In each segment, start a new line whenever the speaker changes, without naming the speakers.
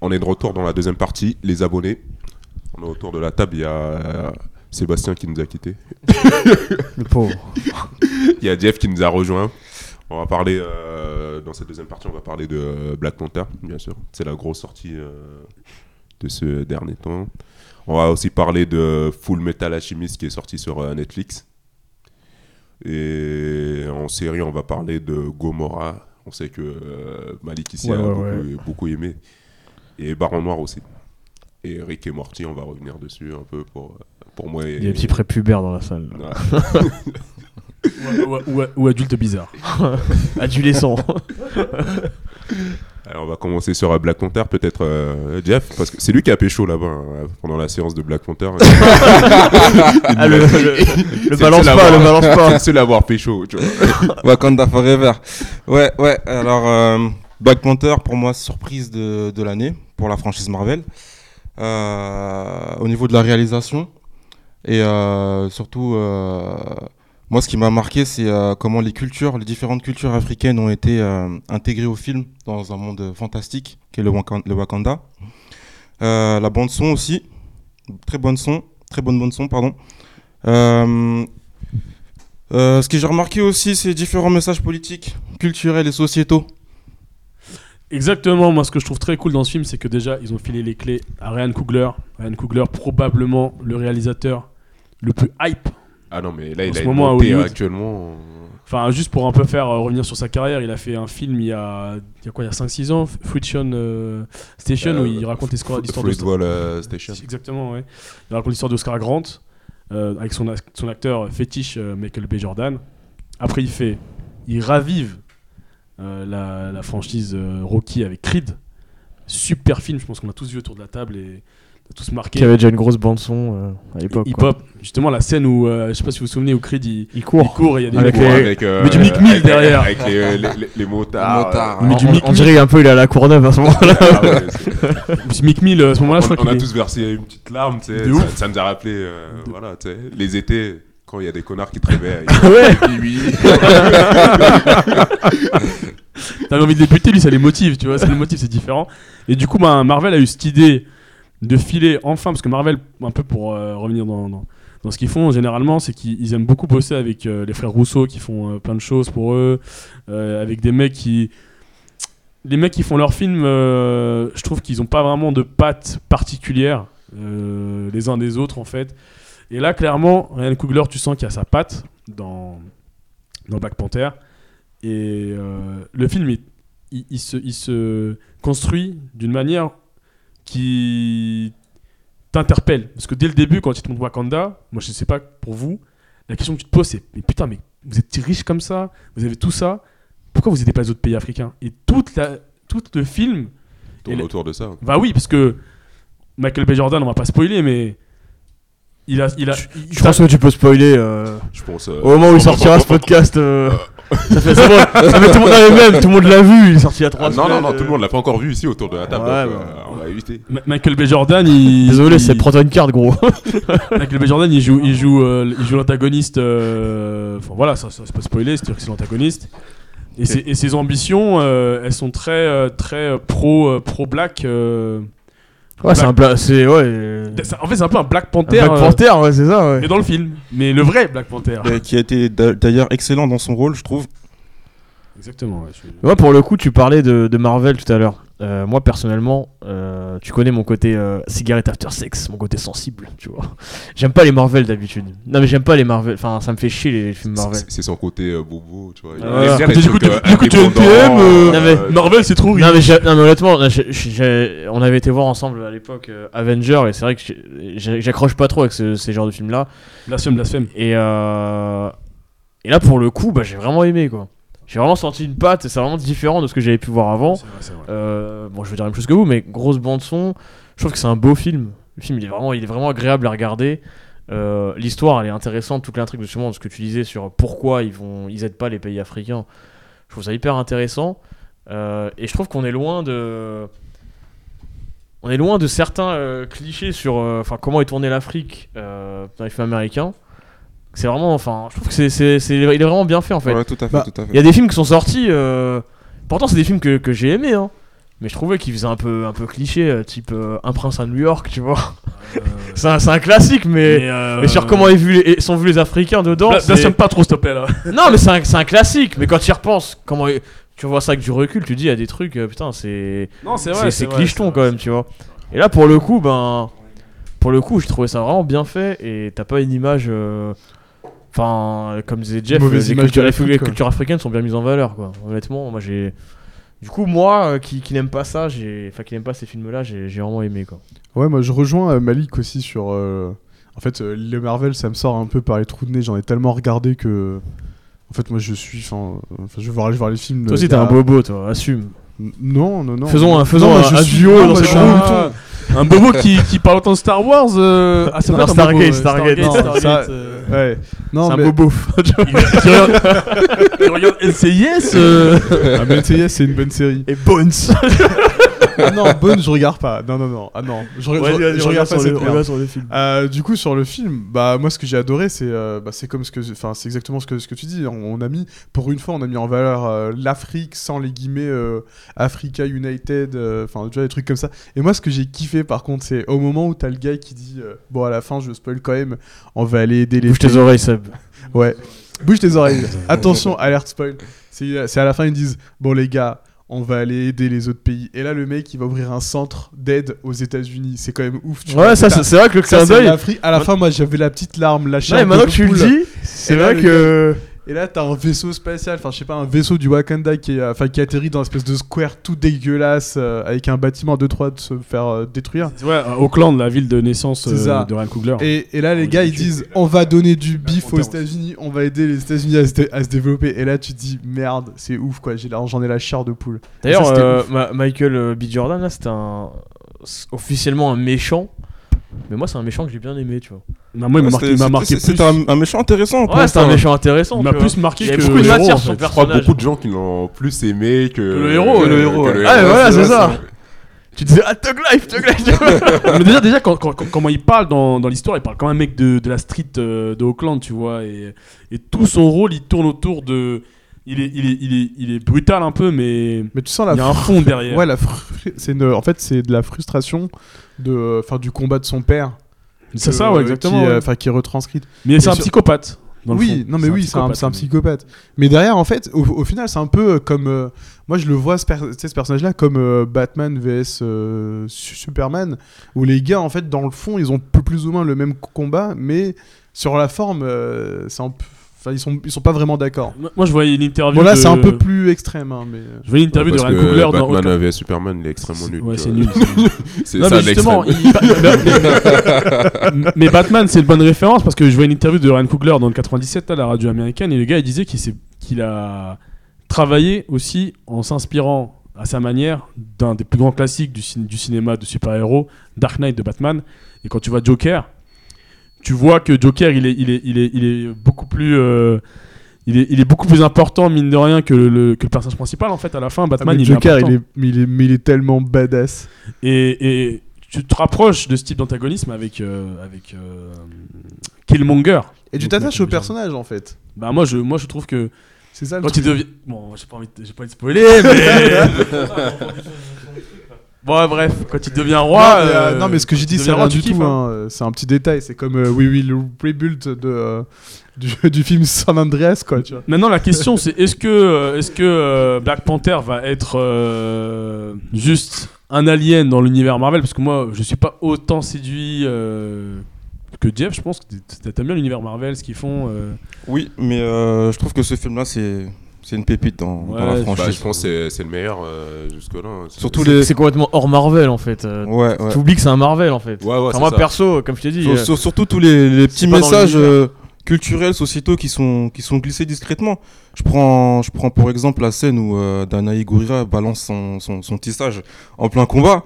On est de retour dans la deuxième partie, les abonnés. On est autour de la table, il y a euh, Sébastien qui nous a quittés.
Le pauvre.
Il y a Jeff qui nous a rejoint. On va parler, euh, dans cette deuxième partie, on va parler de euh, Black Panther, bien sûr. C'est la grosse sortie euh, de ce dernier temps. On va aussi parler de Full Metal Alchemist qui est sorti sur euh, Netflix. Et en série, on va parler de Gomorrah. On sait que euh, Malik ici
Ouais,
a
ouais,
beaucoup, beaucoup aimé. Et Baron Noir aussi. Et Rick et Morty, on va revenir dessus un peu pour, pour moi.
Il y a des petits prépubères dans la salle.
Ouais.
Ou, ou- ou- ou adultes bizarres. Adolescents.
Alors on va commencer sur euh, Black Panther peut-être euh, Jeff parce que c'est lui qui a pécho là-bas hein, pendant la séance de Black Panther.
Ah, le, le- le
C'est
balance
la
pas, le
barre.
balance
C'est
pas.
le seul à avoir pécho. Tu vois.
Wakanda Forever. Ouais, ouais. Alors, euh, Black Panther, pour moi, surprise de, de l'année pour la franchise Marvel. Euh, au niveau de la réalisation, et euh, surtout, euh, moi, ce qui m'a marqué, c'est euh, comment les cultures, les différentes cultures africaines ont été euh, intégrées au film dans un monde fantastique qui est le, Wakan- le Wakanda. Euh, la bande son aussi, très bonne son, très bonne bande son, pardon. Euh, euh, ce que j'ai remarqué aussi, c'est différents messages politiques, culturels et sociétaux.
Exactement, moi ce que je trouve très cool dans ce film, c'est que déjà ils ont filé les clés à Ryan Coogler. Ryan Coogler, probablement le réalisateur le plus hype.
Ah non mais là
En
il
ce
a
moment, à
monté
Hollywood.
actuellement.
Enfin, juste pour un peu faire euh, revenir sur sa carrière, il a fait un film il y a, il y a quoi, il y a 5-6 ans, Fruition euh, Station,
Euh,
où il raconte l'histoire l'histoire de
Fruitvale euh, Station.
Exactement, ouais. Il raconte l'histoire d'Oscar Grant euh, avec son, ac- son acteur fétiche euh, Michael B. Jordan. Après, il fait, il ravive euh, la, la franchise euh, Rocky avec Creed. Super film, je pense qu'on a tous vu autour de la table et on a tous marqué.
Qui avait déjà une grosse bande son euh, à l'époque. quoi.
Hip-hop, justement la scène où, euh, je sais pas si vous vous souvenez, où Creed il,
Il
il
court.
court et il y a des
Avec
mecs-
les-
euh,
Mais du Mick Mill
avec-
derrière.
Avec les, euh, les, les- les motards.
Motards.
On,
Mais du
on-
Mick
on dirait un peu il est à la Courneuve à ce moment-là.
Ah ouais, c'est-
Mick Mill, euh, à ce moment-là, je
on,
crois
on
qu'il
a
est-
tous versé une petite larme, tu sais, ça,
De ouf.
ça nous a rappelé euh, voilà, tu sais, les étés quand il y a des connards qui te réveillent.
ouais.
T'avais envie de les buter, lui, ça les motive, tu vois, ça les motive, c'est différent. Et du coup, bah, Marvel a eu cette idée de filer enfin, parce que Marvel, un peu pour euh, revenir dans, dans, dans ce qu'ils font, généralement, c'est qu'ils ils aiment beaucoup bosser avec euh, les frères Rousseau qui font euh, plein de choses pour eux, euh, avec des mecs qui. Les mecs qui font leurs films, euh, je trouve qu'ils ont pas vraiment de pattes particulières euh, les uns des autres, en fait. Et là, clairement, Ryan Coogler, tu sens qu'il a sa patte dans, dans Black Panther. Et euh, le film, il, il- il se, il se construit d'une manière qui t'interpelle. Parce que dès le début, quand il te montre Wakanda, moi je sais pas pour vous, la question que tu te poses, c'est mais putain, mais vous êtes riche comme ça, vous avez tout ça, pourquoi vous aidez pas les autres pays africains Et toute la, tout le film
Tourne
Et-
autour de ça.
bah oui, parce que Michael B. Jordan, on va pas spoiler, mais il a. Il a il-
Je pense que tu peux spoiler. euh,
Je pense. euh,
Au moment où il sortira ce podcast, euh, ça fait ça fait- ça fait tout le monde dans les mêmes, tout le monde l'a vu, il est sorti il y a
Ah,
trois
non, non,
semaines,
non, tout
euh.
le monde l'a pas encore vu ici autour de la table.
Ouais,
donc,
bah.
euh, on va éviter.
Ma- Michael B. Jordan, il.
Désolé,
il-
c'est prends-toi une carte, gros.
Michael B. Jordan, il joue, il joue, euh, il joue l'antagoniste. euh, Enfin voilà, ça, ça c'est pas spoiler, c'est-à-dire que c'est l'antagoniste. Et, ses, et ses ambitions, euh, elles sont très, euh, très euh, pro, euh, pro black. euh.
Ouais, c'est un plat, c'est ouais. euh,
Ça- En fait, c'est un peu un Black
un
Panther.
Black
euh,
Panther, ouais, c'est ça, ouais.
mais dans le film. Mais le vrai Black Panther.
euh, qui a été d'a- d'ailleurs excellent dans son rôle, je trouve.
Exactement. ouais, je-
Ouais, pour le coup, tu parlais de, de Marvel tout à l'heure. Euh, moi, personnellement, euh, tu connais mon côté euh, cigarette after sex, mon côté sensible, tu vois. J'aime pas les Marvel d'habitude. Non, mais j'aime pas les Marvel. Enfin, ça me fait chier les films Marvel.
C'est c'est son côté euh, bobo, tu vois. Il
Ouais.
aime bien
Bah, Du
les
coup,
trucs,
du-
euh,
du coup, tu aimes
indépendants,
PM, euh,
euh,
Non,
Marvel, c'est trop
Non mais, j'ai- non, mais honnêtement, là, j'ai- j'ai- j'ai- on avait été voir ensemble à l'époque euh, Avenger et c'est vrai que j'ai- j'ai- j'accroche pas trop avec ce, ces genres de films là.
Blasphème, blasphème.
Et, euh, et là pour le coup, bah, j'ai vraiment aimé quoi. J'ai vraiment senti une patte et c'est vraiment différent de ce que j'avais pu voir avant.
C'est vrai, c'est vrai.
Euh, bon, je veux dire la même chose que vous, mais grosse bande son. Je trouve que c'est un beau film. Le film, il est vraiment, il est vraiment agréable à regarder. Euh, L'histoire, elle est intéressante. Toute l'intrigue justement de ce que tu disais sur pourquoi ils vont, ils aident pas les pays africains. Je trouve ça hyper intéressant. Euh, et je trouve qu'on est loin de, on est loin de certains euh, clichés sur, euh, enfin, comment est tournée l'Afrique euh, dans les films américains. C'est vraiment, enfin, je trouve que c'est, c'est, c'est- il est vraiment bien fait en fait.
Voilà, tout à fait,
Bah,
tout à
Il y
fait.
a des films qui sont sortis. euh, Pourtant, c'est des films que, que j'ai aimés. Hein. Mais je trouvais qu'il faisait un peu, un peu cliché, euh, type euh, Un prince à New York, tu vois. c'est un, c'est un classique, mais.
Euh, Mais, euh,
mais sur comment est vu les- sont vus les Africains dedans.
Pla-
c'est-
Blasphème pas trop, s'il te plaît, là.
non, mais c'est un, c'est un classique, mais quand tu y repenses, comment. Tu vois ça avec du recul, tu dis, il y a des trucs, euh, putain, c'est
Non, c'est
c'est c'est clicheton quand même, tu vois. Et là, pour le coup, ben, pour le coup, je trouvais ça vraiment bien fait. Et t'as pas une image, euh, enfin, comme disait Jeff,
Mauvaise
les,
image
cultures,
de la
les
foot, quoi.
cultures africaines sont bien mises en valeur, quoi. Honnêtement, moi j'ai. Du coup, moi, euh, qui, qui n'aime pas ça, j'ai, enfin, qui n'aime pas ces films-là, j'ai j'ai vraiment aimé, quoi.
Ouais, moi je rejoins euh, Malik aussi sur. euh, En fait, euh, les Marvel, ça me sort un peu par les trous de nez. J'en ai tellement regardé que. En fait, moi je suis. Enfin, euh, enfin, je vais voir, je vais voir les films.
Toi
euh,
aussi,
d'il y
t'es
a-
un bobo, toi. Assume.
N- Non, non, non.
Faisons un-
Non,
faisons
moi,
un-
je
un
suis-
duo
non,
dans
moi,
cette
je suis un
chambre.
mouton.
Un bobo qui, qui parle autant de Star Wars. euh, Ah, c'est
Non,
pas un
Stargate,
bobo, euh,
Stargate,
Non, ça-
euh,
Ouais. Non,
C'est un
mais-
bobo.
tu regardes, tu regardes NCIS euh,
Ah, mais NCIS, c'est une bonne série.
Et Bones.
Ah non, Bonne, je regarde pas. Non, non, non. Ah non, je, re- je- je regarde pas cette merde. Euh, du coup, sur le film, bah moi, ce que j'ai adoré, c'est euh, bah, c'est comme ce que, enfin, c'est exactement ce que ce que tu dis. On, on a mis, pour une fois, on a mis en valeur euh, l'Afrique sans les guillemets euh, Africa United, euh, enfin, tu vois des trucs comme ça. Et moi, ce que j'ai kiffé, par contre, c'est au moment où t'as le gars qui dit, euh, bon, à la fin, je spoil quand même, on va aller aider les.
Bouge tes oreilles, Seb.
Ouais. Bouge tes oreilles. Attention, alerte spoil. C'est c'est à la fin, ils disent Bon, les gars, on va aller aider les autres pays. Et là, le mec, il va ouvrir un centre d'aide aux États-Unis. C'est quand même ouf. tu vois.
Ouais, ça, c'est c'est vrai que le
Ça,
clin
c'est
d'œil.
l'Afrique. À la fin, moi, j'avais la petite larme lâchée.
Non, mais
un peu
maintenant que
comme
tu le
poule.
dis, c'est
Et là,
vrai
le
que.
Et là, t'as un vaisseau spatial, enfin, je sais pas, un vaisseau du Wakanda qui, est, enfin, qui atterrit dans une espèce de square tout dégueulasse euh, avec un bâtiment à 2-3 de se faire euh, détruire.
Ouais, à Auckland, la ville de naissance
C'est
euh,
ça.
de Ryan Coogler.
Et, et là, les
On
gars,
les
ils
tue.
disent on va donner du bif
on
aux
terre, on
États-Unis, on va aider les États-Unis à, se dé- à se développer. Et là, tu te dis merde, c'est ouf quoi, j'ai la- j'en ai la chair de poule.
D'ailleurs,
Ça, c'était
euh, Ma- Michael euh, B. Jordan, là, c'était un... c'est officiellement un méchant. Mais moi, c'est un méchant que j'ai bien aimé, tu vois.
Non, moi, il m'a marqué, il m'a marqué plus.
Ah, C'était un, un méchant intéressant. pour
Ouais, c'est un
l'instant.
méchant intéressant.
Il m'a
tu
plus
vois.
marqué
Il y
que
avait beaucoup
le
de
héros,
matière
en
sur le
fait.
Je crois que
personnage.
beaucoup de gens qui l'ont plus aimé que
le héros,
que
le
héros,
que
ouais.
le
Ah,
héros,
voilà,
c'est vrai,
c'est ça. Tu disais, ah, Thug Life, Thug Life. tu vois.
Mais déjà, déjà quand, quand- quand- comment il parle dans, dans l'histoire, il parle comme un mec de, de la street euh, de Auckland, tu vois. Et, et tout son rôle, il tourne autour de. Il est, il est, il est, il est brutal un peu, mais
Mais tu sens la.
il y a un fond derrière.
Ah, Ouais, la fru- c'est une- en fait, c'est de la frustration de, enfin, du combat de son père.
c'est
que-
ça, ouais, exactement.
Qui, euh,
ouais.
enfin, qui est retranscrite.
Mais c'est un
sur-
psychopathe. dans le
oui,
fond.
non mais oui, c'est un, c'est un
mais-
psychopathe. Mais derrière, en fait, au, au final, c'est un peu comme... euh, moi, je le vois, ce, per- tu sais, ce personnage-là, comme euh, Batman vs euh, Su- Superman, où les gars, en fait, dans le fond, ils ont plus, plus ou moins le même combat, mais sur la forme, euh, c'est un peu- enfin, ils, sont, ils sont pas vraiment d'accord.
Moi, moi, je voyais une interview.
Bon, là,
de-
c'est un peu plus extrême, hein, mais... euh,
Je voyais une interview de
Parce
Ryan
que
Coogler dans
Batman
Auckland.
avait Superman, il est extrêmement nul.
Ouais,
tu
c'est
vois.
nul.
C'est
Non,
ça
mais justement,
l'extrême.
il- bah- mais- mais Batman, c'est une bonne référence parce que je vois une interview de Ryan Coogler dans le 97 à la radio américaine et le gars il disait qu'il s'est- qu'il a travaillé aussi en s'inspirant à sa manière d'un des plus grands classiques du, cin- du cinéma de super-héros, Dark Knight de Batman. Et quand tu vois Joker, tu vois que Joker il est, il est, il est, il est beaucoup plus euh, il est, il est beaucoup plus important mine de rien que le, le- que le personnage principal en fait à la fin
ah,
Batman
mais
il est
Joker,
important.
il est, mais il est, mais il est tellement badass.
Et, et tu te rapproches de ce type d'antagonisme avec, euh, avec euh, Killmonger.
Et tu
Donc,
t'attaches
euh,
au Ah, personnage, en fait.
Bah moi je, moi je trouve que
C'est ça le
quand il
truc.
devient... Bon, j'ai pas envie de, j'ai pas envie de spoiler, mais... bon, ouais, bref, quand il devient roi...
non, mais, euh,
euh,
non, mais ce que j'ai dit,
devient
c'est rien
roi, tu
du
kiffes,
tout.
hein.
hein. Euh, C'est un petit détail. C'est comme euh, We Will Rebuild de, euh, du, du film San Andreas, quoi. Tu vois.
Maintenant la question c'est est-ce que, euh, est-ce que euh, Black Panther va être euh, juste un alien dans l'univers Marvel Parce que moi je suis pas autant séduit euh, que Jeff, je pense que t'as- t'aimes bien l'univers Marvel, ce qu'ils font... euh,
Oui, mais euh, je trouve que ce film-là, c'est c'est une pépite dans, dans
Ouais,
la
Bah,
franchise.
je pense que c'est- c'est le meilleur euh, jusque-là. hein. C'est-
Surtout
c'est-
les.
C'est complètement hors Marvel, en fait. Euh,
Ouais, ouais.
T'oublies que c'est un Marvel, en fait.
Ouais, ouais,
Enfin,
c'est
moi,
ça.
perso, comme je t'ai dit.
Sur-
euh,
sur- surtout tous les, les petits
pas dans
messages
l'univers.
euh, culturels, sociétaux qui sont, qui sont glissés discrètement. Je prends, je prends pour exemple la scène où euh, Danaï Gurira balance son, son, son tissage en plein combat.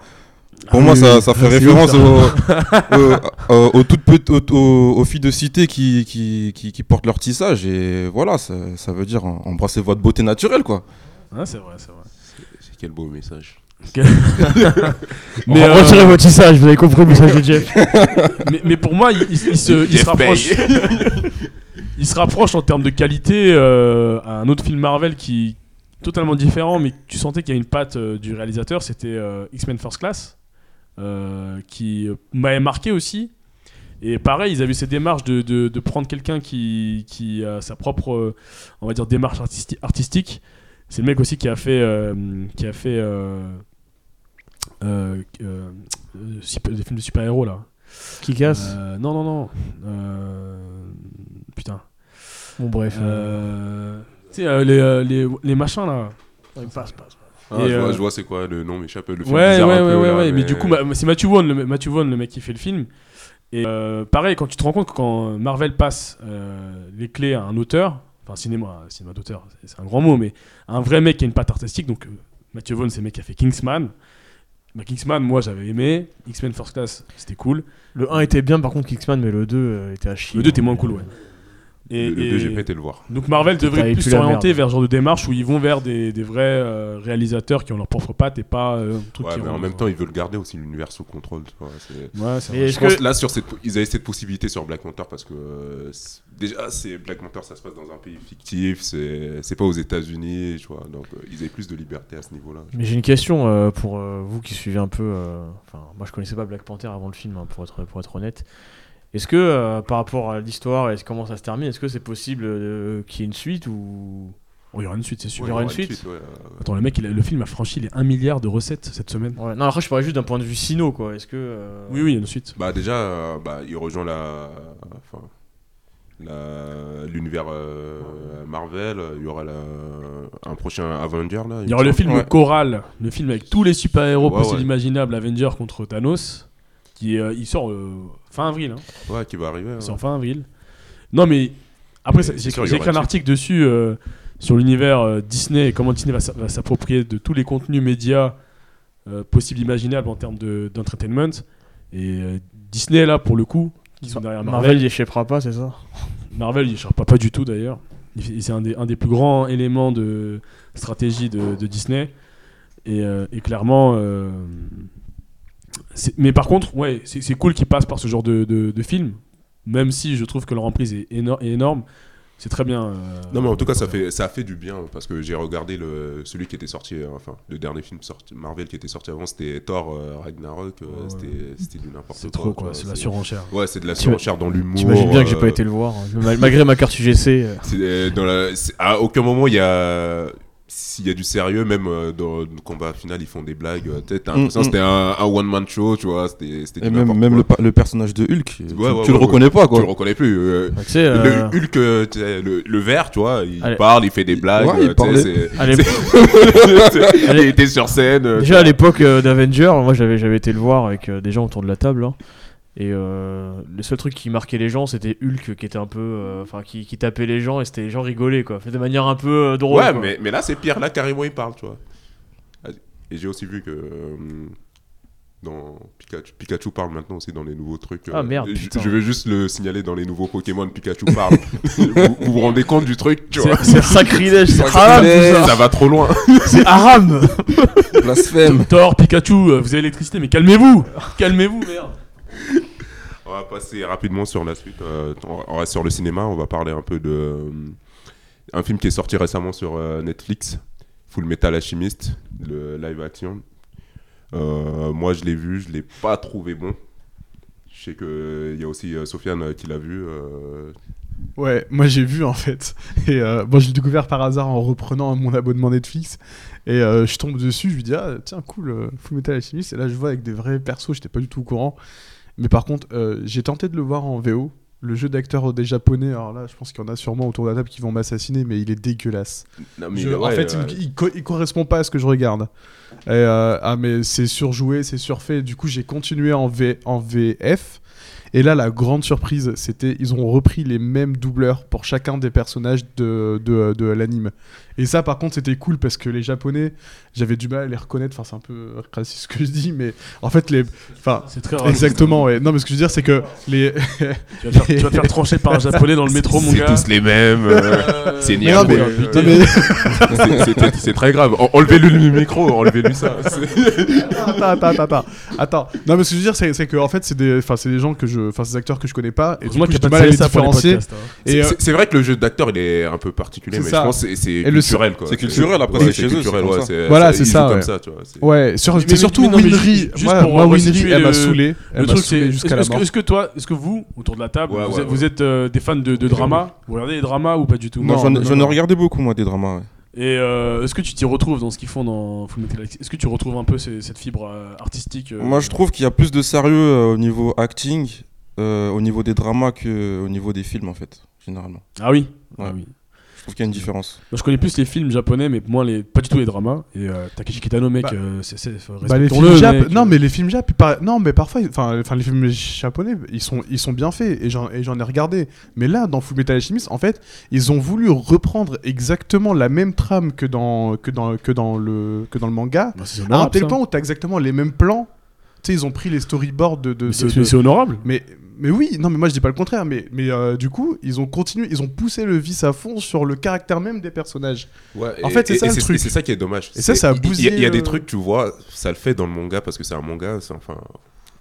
Pour
Ah
moi, ça, ça fait référence aux, aux, aux- aux toutes petites- aux- aux- aux filles de cité qui, qui, qui, qui portent leur tissage. Et voilà, ça, ça veut dire en- embrasser votre beauté naturelle, quoi.
Ouais, Hein, c'est vrai, c'est vrai.
c'est- Quel beau message.
Mais,
Mais
euh,
retirez vos tissages, vous avez compris le message de Jeff.
mais, mais pour moi, il, il- il se, il se
Jeff
rapproche.
Bay.
il se rapproche en termes de qualité euh, à un autre film Marvel qui, totalement différent, mais tu sentais qu'il y a une patte euh, du réalisateur, c'était euh, X-Men First Class, euh, qui euh, m'avait marqué aussi. Et pareil, ils avaient cette démarche de, de- de prendre quelqu'un qui, qui a sa propre, euh, on va dire, démarche artisti- artistique. C'est le mec aussi qui a fait, euh, qui a fait euh, euh, euh, euh, super- des films de super-héros là.
Qui casse
Euh, non, non, non. Euh, putain.
Bon, bref.
Euh, tu sais, euh, les, euh, les, les machins là.
euh, passe,
Ah,
Et,
je, vois,
euh,
je vois c'est quoi le nom m'échappe le film
Ouais, ouais,
bizarre
ouais,
un peu,
ouais,
là,
ouais, Mais du coup, bah, ma- c'est Matthew Vaughn, le, me- Matthew Vaughn, le mec qui fait le film. Et euh, pareil, quand tu te rends compte que quand Marvel passe euh, les clés à un auteur, enfin cinéma, cinéma d'auteur, c'est- c'est un grand mot, mais un vrai mec qui a une patte artistique, donc euh, Matthew Vaughn, c'est le mec qui a fait Kingsman. Bah, Kingsman, moi j'avais aimé. X-Men First Class, c'était cool.
Le 1 était bien, par contre, X-Men, mais le 2 euh, était à chier.
Le 2 était moins cool, ouais. Et,
le, le
et-
2 j'ai pas été le voir
donc Marvel devrait
T'avais
plus
plus la
s'orienter
merde.
vers ce genre de démarche où ils vont vers des, des vrais euh, réalisateurs qui ont leur propre patte et pas euh, un truc
Ouais,
qui
mais en
rentre
même
dans-
temps ils veulent garder aussi l'univers sous contrôle tu vois, c'est-
Ouais, c'est
Mais
je
est-ce
pense
que-
là sur cette ils avaient cette possibilité sur Black Panther parce que euh, c'est- déjà c'est Black Panther ça se passe dans un pays fictif c'est c'est pas aux États-Unis tu vois donc euh, ils avaient plus de liberté à ce niveau-là
Mais j'ai une question euh, pour euh, vous qui suivez un peu. euh, Enfin, moi je connaissais pas Black Panther avant le film, hein, pour, être, pour être honnête. Est-ce que euh, par rapport à l'histoire et comment ça se termine, est-ce que c'est possible euh, qu'il y ait une suite ou
Oh, il y aura une suite, c'est sûr.
Il y aura une suite
ouais, euh,
Attends, le mec, il a- le film a franchi les 1 milliard de recettes cette semaine.
Ouais, Non, après je parlais juste d'un point de vue sino quoi. Est-ce que euh,
Oui, oui, il y a une suite.
Bah déjà, euh, bah, il rejoint la, enfin, la- l'univers euh, Marvel. Il y aura la- un prochain Avenger là.
Il y aura le film
Ouais.
Choral, le film avec tous les super-héros
Ouais,
possibles
ouais.
imaginables, Avengers contre Thanos, qui euh, il sort euh, fin avril. hein.
Ouais, qui va arriver.
Il
ouais.
sort fin avril. Non, mais après,
Mais
ça-
c'est
j'ai
sûr, il y
j'ai
aura
écrit un
une suite.
article dessus euh, sur l'univers euh, Disney et comment Disney va s'a- va s'approprier de tous les contenus médias euh, possibles imaginables en termes de- d'entertainment. et euh, Disney, là, pour le coup, qui sont derrière Marvel,
Marvel il échappera pas, c'est ça
Marvel, il ne pas, pas du tout d'ailleurs. Il- C'est un des, un des plus grands éléments de stratégie de, de Disney. Et, euh, et clairement. euh, c'est- mais par contre, ouais, c'est c'est cool qu'il passe par ce genre de, de- de film. Même si je trouve que leur emprise est, éno- est énorme. C'est très bien. euh,
Non mais en tout cas ça fait ça fait du bien parce que j'ai regardé le celui qui était sorti euh, enfin le dernier film sorti, Marvel qui était sorti avant c'était Thor euh, Ragnarok euh,
Ouais.
c'était c'était du n'importe quoi
C'est trop,
tu
quoi.
vois,
C'est la surenchère.
ouais c'est de la
Tu-
surenchère dans l'humour
T'imagines bien que j'ai
euh,
pas été le voir, hein. Mal- malgré ma carte UGC. euh.
C'est, euh, dans la- c'est- à aucun moment il y a s'il y a du sérieux même euh, dans le combat final ils font des blagues euh, tu sais, t'as l'impression
Mm,
que c'était un, one man show tu vois c'était c'était
Et
du
même,
n'importe
même le,
quoi.
pa- le personnage de Hulk, tu,
ouais,
tu le
ouais,
reconnais pas
tu le
quoi.
reconnais plus euh,
Ah, tu sais, euh,
le Hulk euh, tu sais, le, le vert tu vois il
Allez.
parle il fait des blagues
Ouais, il
euh, tu sais,
parlait.
c'est-
à l'ép-
il était sur scène euh,
Déjà à l'époque euh, d'Avenger, moi j'avais j'avais été le voir avec euh, des gens autour de la table. hein. et euh, le seul truc qui marquait les gens, c'était Hulk qui était un peu, euh, enfin qui, qui tapait les gens et c'était les gens rigolaient quoi, fait de manière un peu euh, drôle.
ouais,
quoi.
mais, mais là, c'est pire. Là, carrément, il parle, tu vois. Et j'ai aussi vu que euh, dans Pikachu, Pikachu parle maintenant aussi dans les nouveaux trucs. euh,
Ah, merde,
Je,
putain.
je vais juste le signaler dans les nouveaux Pokémon. Pikachu parle. vous, vous vous rendez compte du truc, tu vois.
C'est- c'est sacrilège, c'est haram Ah, tout ça.
Ça va trop loin.
C'est haram.
Blasphème.
Thor, Pikachu, euh, vous avez l'électricité, mais calmez-vous Calmez-vous, merde
On va passer rapidement sur la suite. euh, on- on reste sur le cinéma. On va parler un peu de euh, un film qui est sorti récemment sur euh, Netflix, Full Metal Alchemist, le live action. Euh, moi, je l'ai vu. Je l'ai pas trouvé bon. Je sais que il y a aussi euh, Sofiane euh, qui l'a vu. euh,
Ouais, moi j'ai vu en fait. Et euh, bon, je l'ai découvert par hasard en reprenant mon abonnement Netflix. Et euh, je tombe dessus, je lui dis ah tiens cool, euh, Full Metal Alchemist. Et là je vois avec des vrais persos, j'étais pas du tout au courant. Mais par contre, euh, j'ai tenté de le voir en VO. Le jeu d'acteur euh, des japonais, alors là je pense qu'il y en a sûrement autour de la table qui vont m'assassiner, mais il est dégueulasse.
non, mais
Je-
il-
en
ouais,
fait,
euh,
il, il co- il correspond pas à ce que je regarde. Et, euh, ah mais c'est surjoué, c'est surfait. Du coup, j'ai continué en, v, en VF. Et là, la grande surprise, c'était ils ont repris les mêmes doubleurs pour chacun des personnages de, de, de l'anime. Et ça, par contre, c'était cool parce que les Japonais, j'avais du mal à les reconnaître. Enfin, c'est un peu raciste ce que je dis, mais en fait, les. Enfin,
C'est très rare.
exactement, ouais. Non, mais ce que je veux dire, c'est que les.
Tu vas, te faire, tu vas te faire trancher par un japonais dans le métro, mon
c'est
gars.
tous les mêmes. euh,
Euh,
c'est
Mais non,
niaque,
mais-
ouais.
non, mais-
C'est- c'est- C'est très grave. En- Enlevez-lui le micro. Enlevez-lui ça. C'est-
attends, attends, attends, attends. Attends. Non, mais ce que je veux dire, c'est c'est que en fait, c'est des, enfin, c'est des gens que je, je, enfin ces acteurs que je connais pas, et du
Moi,
coup,
qui
j'ai
a pas
du
de
mal à les
CSA pour les
différencier.
podcasts, hein.
C'est-
Et euh,
C'est c'est vrai que le jeu d'acteur il est un peu particulier,
C'est
mais
ça.
je pense que c'est- c'est
Et le-
culturel quoi.
c'est culturel, après,
ouais,
c'est
c'est
chez eux,
culturel,
c'est
ouais,
comme ça.
Voilà, c'est
ils jouent
ça,
Comme
ouais.
ça, tu vois. c'est-
ouais, sur,
Mais-
c'est
mais-
surtout
mais non, mais
Winry.
juste- juste
Ouais,
pour
moi,
restituer
Winry, elle m'a
le-
saoulé.
Le
Elle m'a
truc, c'est.
saoulé
Est-ce
jusqu'à la
est-ce que,
mort.
est-ce que toi, est-ce que vous, autour de la table,
Ouais,
vous,
ouais,
êtes, vous
ouais.
êtes, euh, des fans de, de drama Vous regardez des dramas ou pas du tout
Non,
Moi, j'en-
non, non,
j'en ai
non.
regardé beaucoup, moi, des dramas. ouais.
Et euh, est-ce que tu t'y retrouves dans ce qu'ils font dans Full Metal Alchemist Est-ce que tu retrouves un peu ces- cette fibre euh, artistique euh,
Moi, je trouve qu'il y a plus de sérieux euh, au niveau acting, euh, au niveau des dramas qu'au niveau des films, en fait, généralement.
Ah oui.
Ouais.
Ah oui.
Je trouve qu'il y a une différence.
Moi, je connais plus les films japonais, mais moins les, pas du tout les dramas. Et euh, Takeshi Kitano, mec,
Bah-
euh, c'est, c'est, faut
Bah, les
respectons-le,
films jap,
mec.
non mais les films jap, par- non mais parfois, enfin, enfin les films japonais, ils sont, ils sont bien faits et j'en, et j'en ai regardé. Mais là, dans Full Metal Alchemist, en fait, ils ont voulu reprendre exactement la même trame que dans, que dans, que dans le, que dans le manga,
Bah, c'est
à un
honorable,
tel
ça.
point où t'as exactement les mêmes plans. Tu sais, ils ont pris les storyboards de, de,
Mais
de-
c'est,
de-
c'est honorable.
mais, mais oui, non, mais moi je dis pas le contraire, mais, mais euh, du coup, ils ont continué, ils ont poussé le vice à fond sur le caractère même des personnages.
Ouais,
En
et-
fait, c'est
et-
ça,
et
le truc.
C'est ça qui est dommage.
Et ça,
C'est-
ça a
il- Il y a- il y,
bousillé,
a
euh,
des trucs, tu vois, ça le fait dans le manga parce que c'est un manga, c'est enfin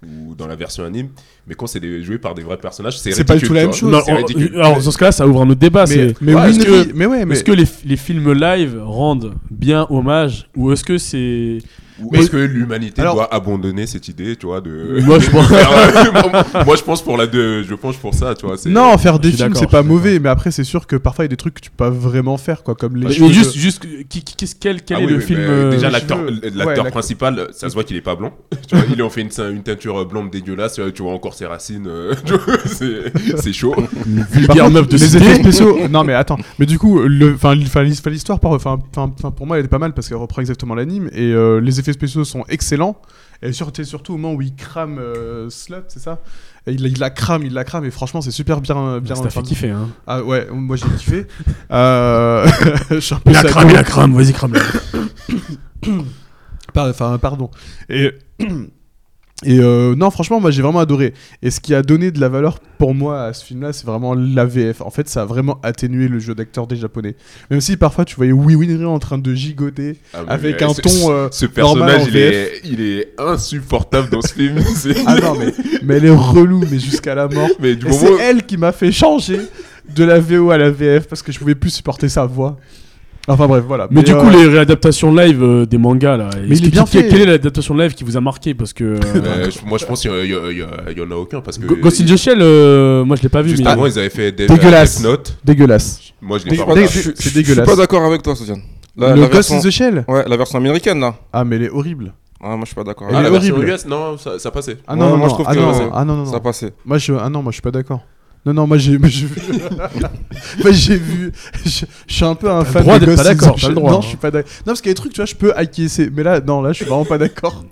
ou dans la version anime, mais quand c'est des- joué par des vrais personnages, c'est
C'est pas
ridicule,
du tout la
tu
même
vois. euh,
chose.
Non,
C'est
on-
ridicule.
alors, dans ce cas-là, ça ouvre un autre débat.
Mais,
c'est-
mais
Ouais, est-ce
Winry-
que-
mais ouais, mais
Est-ce que les, les films live rendent bien hommage ou est-ce que c'est.
Ou
mais-
est-ce que l'humanité
alors-
doit abandonner cette idée, tu vois, de
Moi, je pense-
Moi, moi, je pense pour la de je pense pour ça, tu vois, c'est-
Non, faire des
Je suis
films,
d'accord,
c'est
je
pas
suis
mauvais, mais après, c'est sûr que parfois, il y a des trucs que tu peux pas vraiment faire, quoi, comme les.
Mais,
cheveux de-
juste, juste qui- qui- qu'est-ce- quel, quel
Ah
est
oui,
le
oui,
film
mais
euh,
Déjà,
je
l'acteur
veux-
l'acteur
ouais, l'acteur.
principal, euh, ça se voit qu'il est pas blanc. tu vois, ils lui ont fait une, ceint- une teinture euh, blonde dégueulasse. Tu vois encore ses racines. euh, tu vois, c'est c'est chaud.
Par
vulgaire
contre,
meuf de
les
cité
effets spéciaux. non, mais attends. Mais du coup, le, enfin, l- enfin, l'histoire, l'histoire, par- enfin, enfin, enfin, pour moi, elle est pas mal parce qu'elle reprend exactement l'anime et euh, les effets spéciaux sont excellents. Et surtout, surtout au moment où il crame euh, Slot, c'est ça. Et il, il la crame, il la crame, et franchement, c'est super bien, bien.
Ça t'a fait
enfin,
kiffer, hein.
Ah ouais, moi j'ai kiffé. Euh, je suis un peu
Il a
sado.
cramé, il a cramé, vas-y, crame
Par- Enfin, pardon. Et, et euh, non, franchement, moi j'ai vraiment adoré. Et ce qui a donné de la valeur pour moi à ce film-là, c'est vraiment la VF. En fait, ça a vraiment atténué le jeu d'acteur des Japonais. Même si parfois tu voyais Wee Winry en train de gigoter.
Ah, mais,
Avec
euh,
un
ce-
ton,
ce-
euh,
ce
normal
personnage,
en
il est, il est insupportable dans ce film. c'est-
Ah non, mais, mais elle est relou, mais jusqu'à la mort.
mais du
Et
moment.
c'est elle qui m'a fait changer de la VO à la VF parce que je pouvais plus supporter sa voix. Enfin bref, voilà.
Mais, du
euh,
coup, les réadaptations live euh, des mangas, là. est-ce
il est
que-
bien
que-
fait.
Quelle est l'adaptation live qui vous a marqué Parce que. euh,
euh, je- moi, je pense qu'il y, a- il y a- il y a- il y en a aucun parce que.
Go- Ghost in the Shell, euh, moi je l'ai pas vu,
Juste
mais.
avant, ils avaient fait Death,
Dégueulasse.
Death Note.
Dégueulasse.
Moi, je l'ai
Dé-
pas
dé-
regardé.
c'est
Je- je- Je suis
dégueulasse.
pas d'accord avec toi, Sofiane. La,
le
la
Ghost
version...
in the Shell
Ouais, la version américaine, là.
Ah, mais elle est horrible.
Ah, moi, je suis pas d'accord.
Ah,
avec
la
est
toi.
version
horrible.
US, non, ça, ça passait.
Ah non,
Ouais,
non,
moi,
non,
je trouve
ah,
que
non, ah non, non,
Ça
non.
a passé.
Moi je ah non moi je suis pas d'accord. Non non moi j'ai moi, j'ai vu moi, j'ai vu je, je suis un peu un
le
fan
droit
de
d'être
Ghost
pas
in the
d'accord, t'as
Shell.
le droit,
Non
hein.
je suis pas d'accord. Non parce qu'il y a des trucs tu vois je peux acquiescer mais là non là je suis vraiment pas d'accord.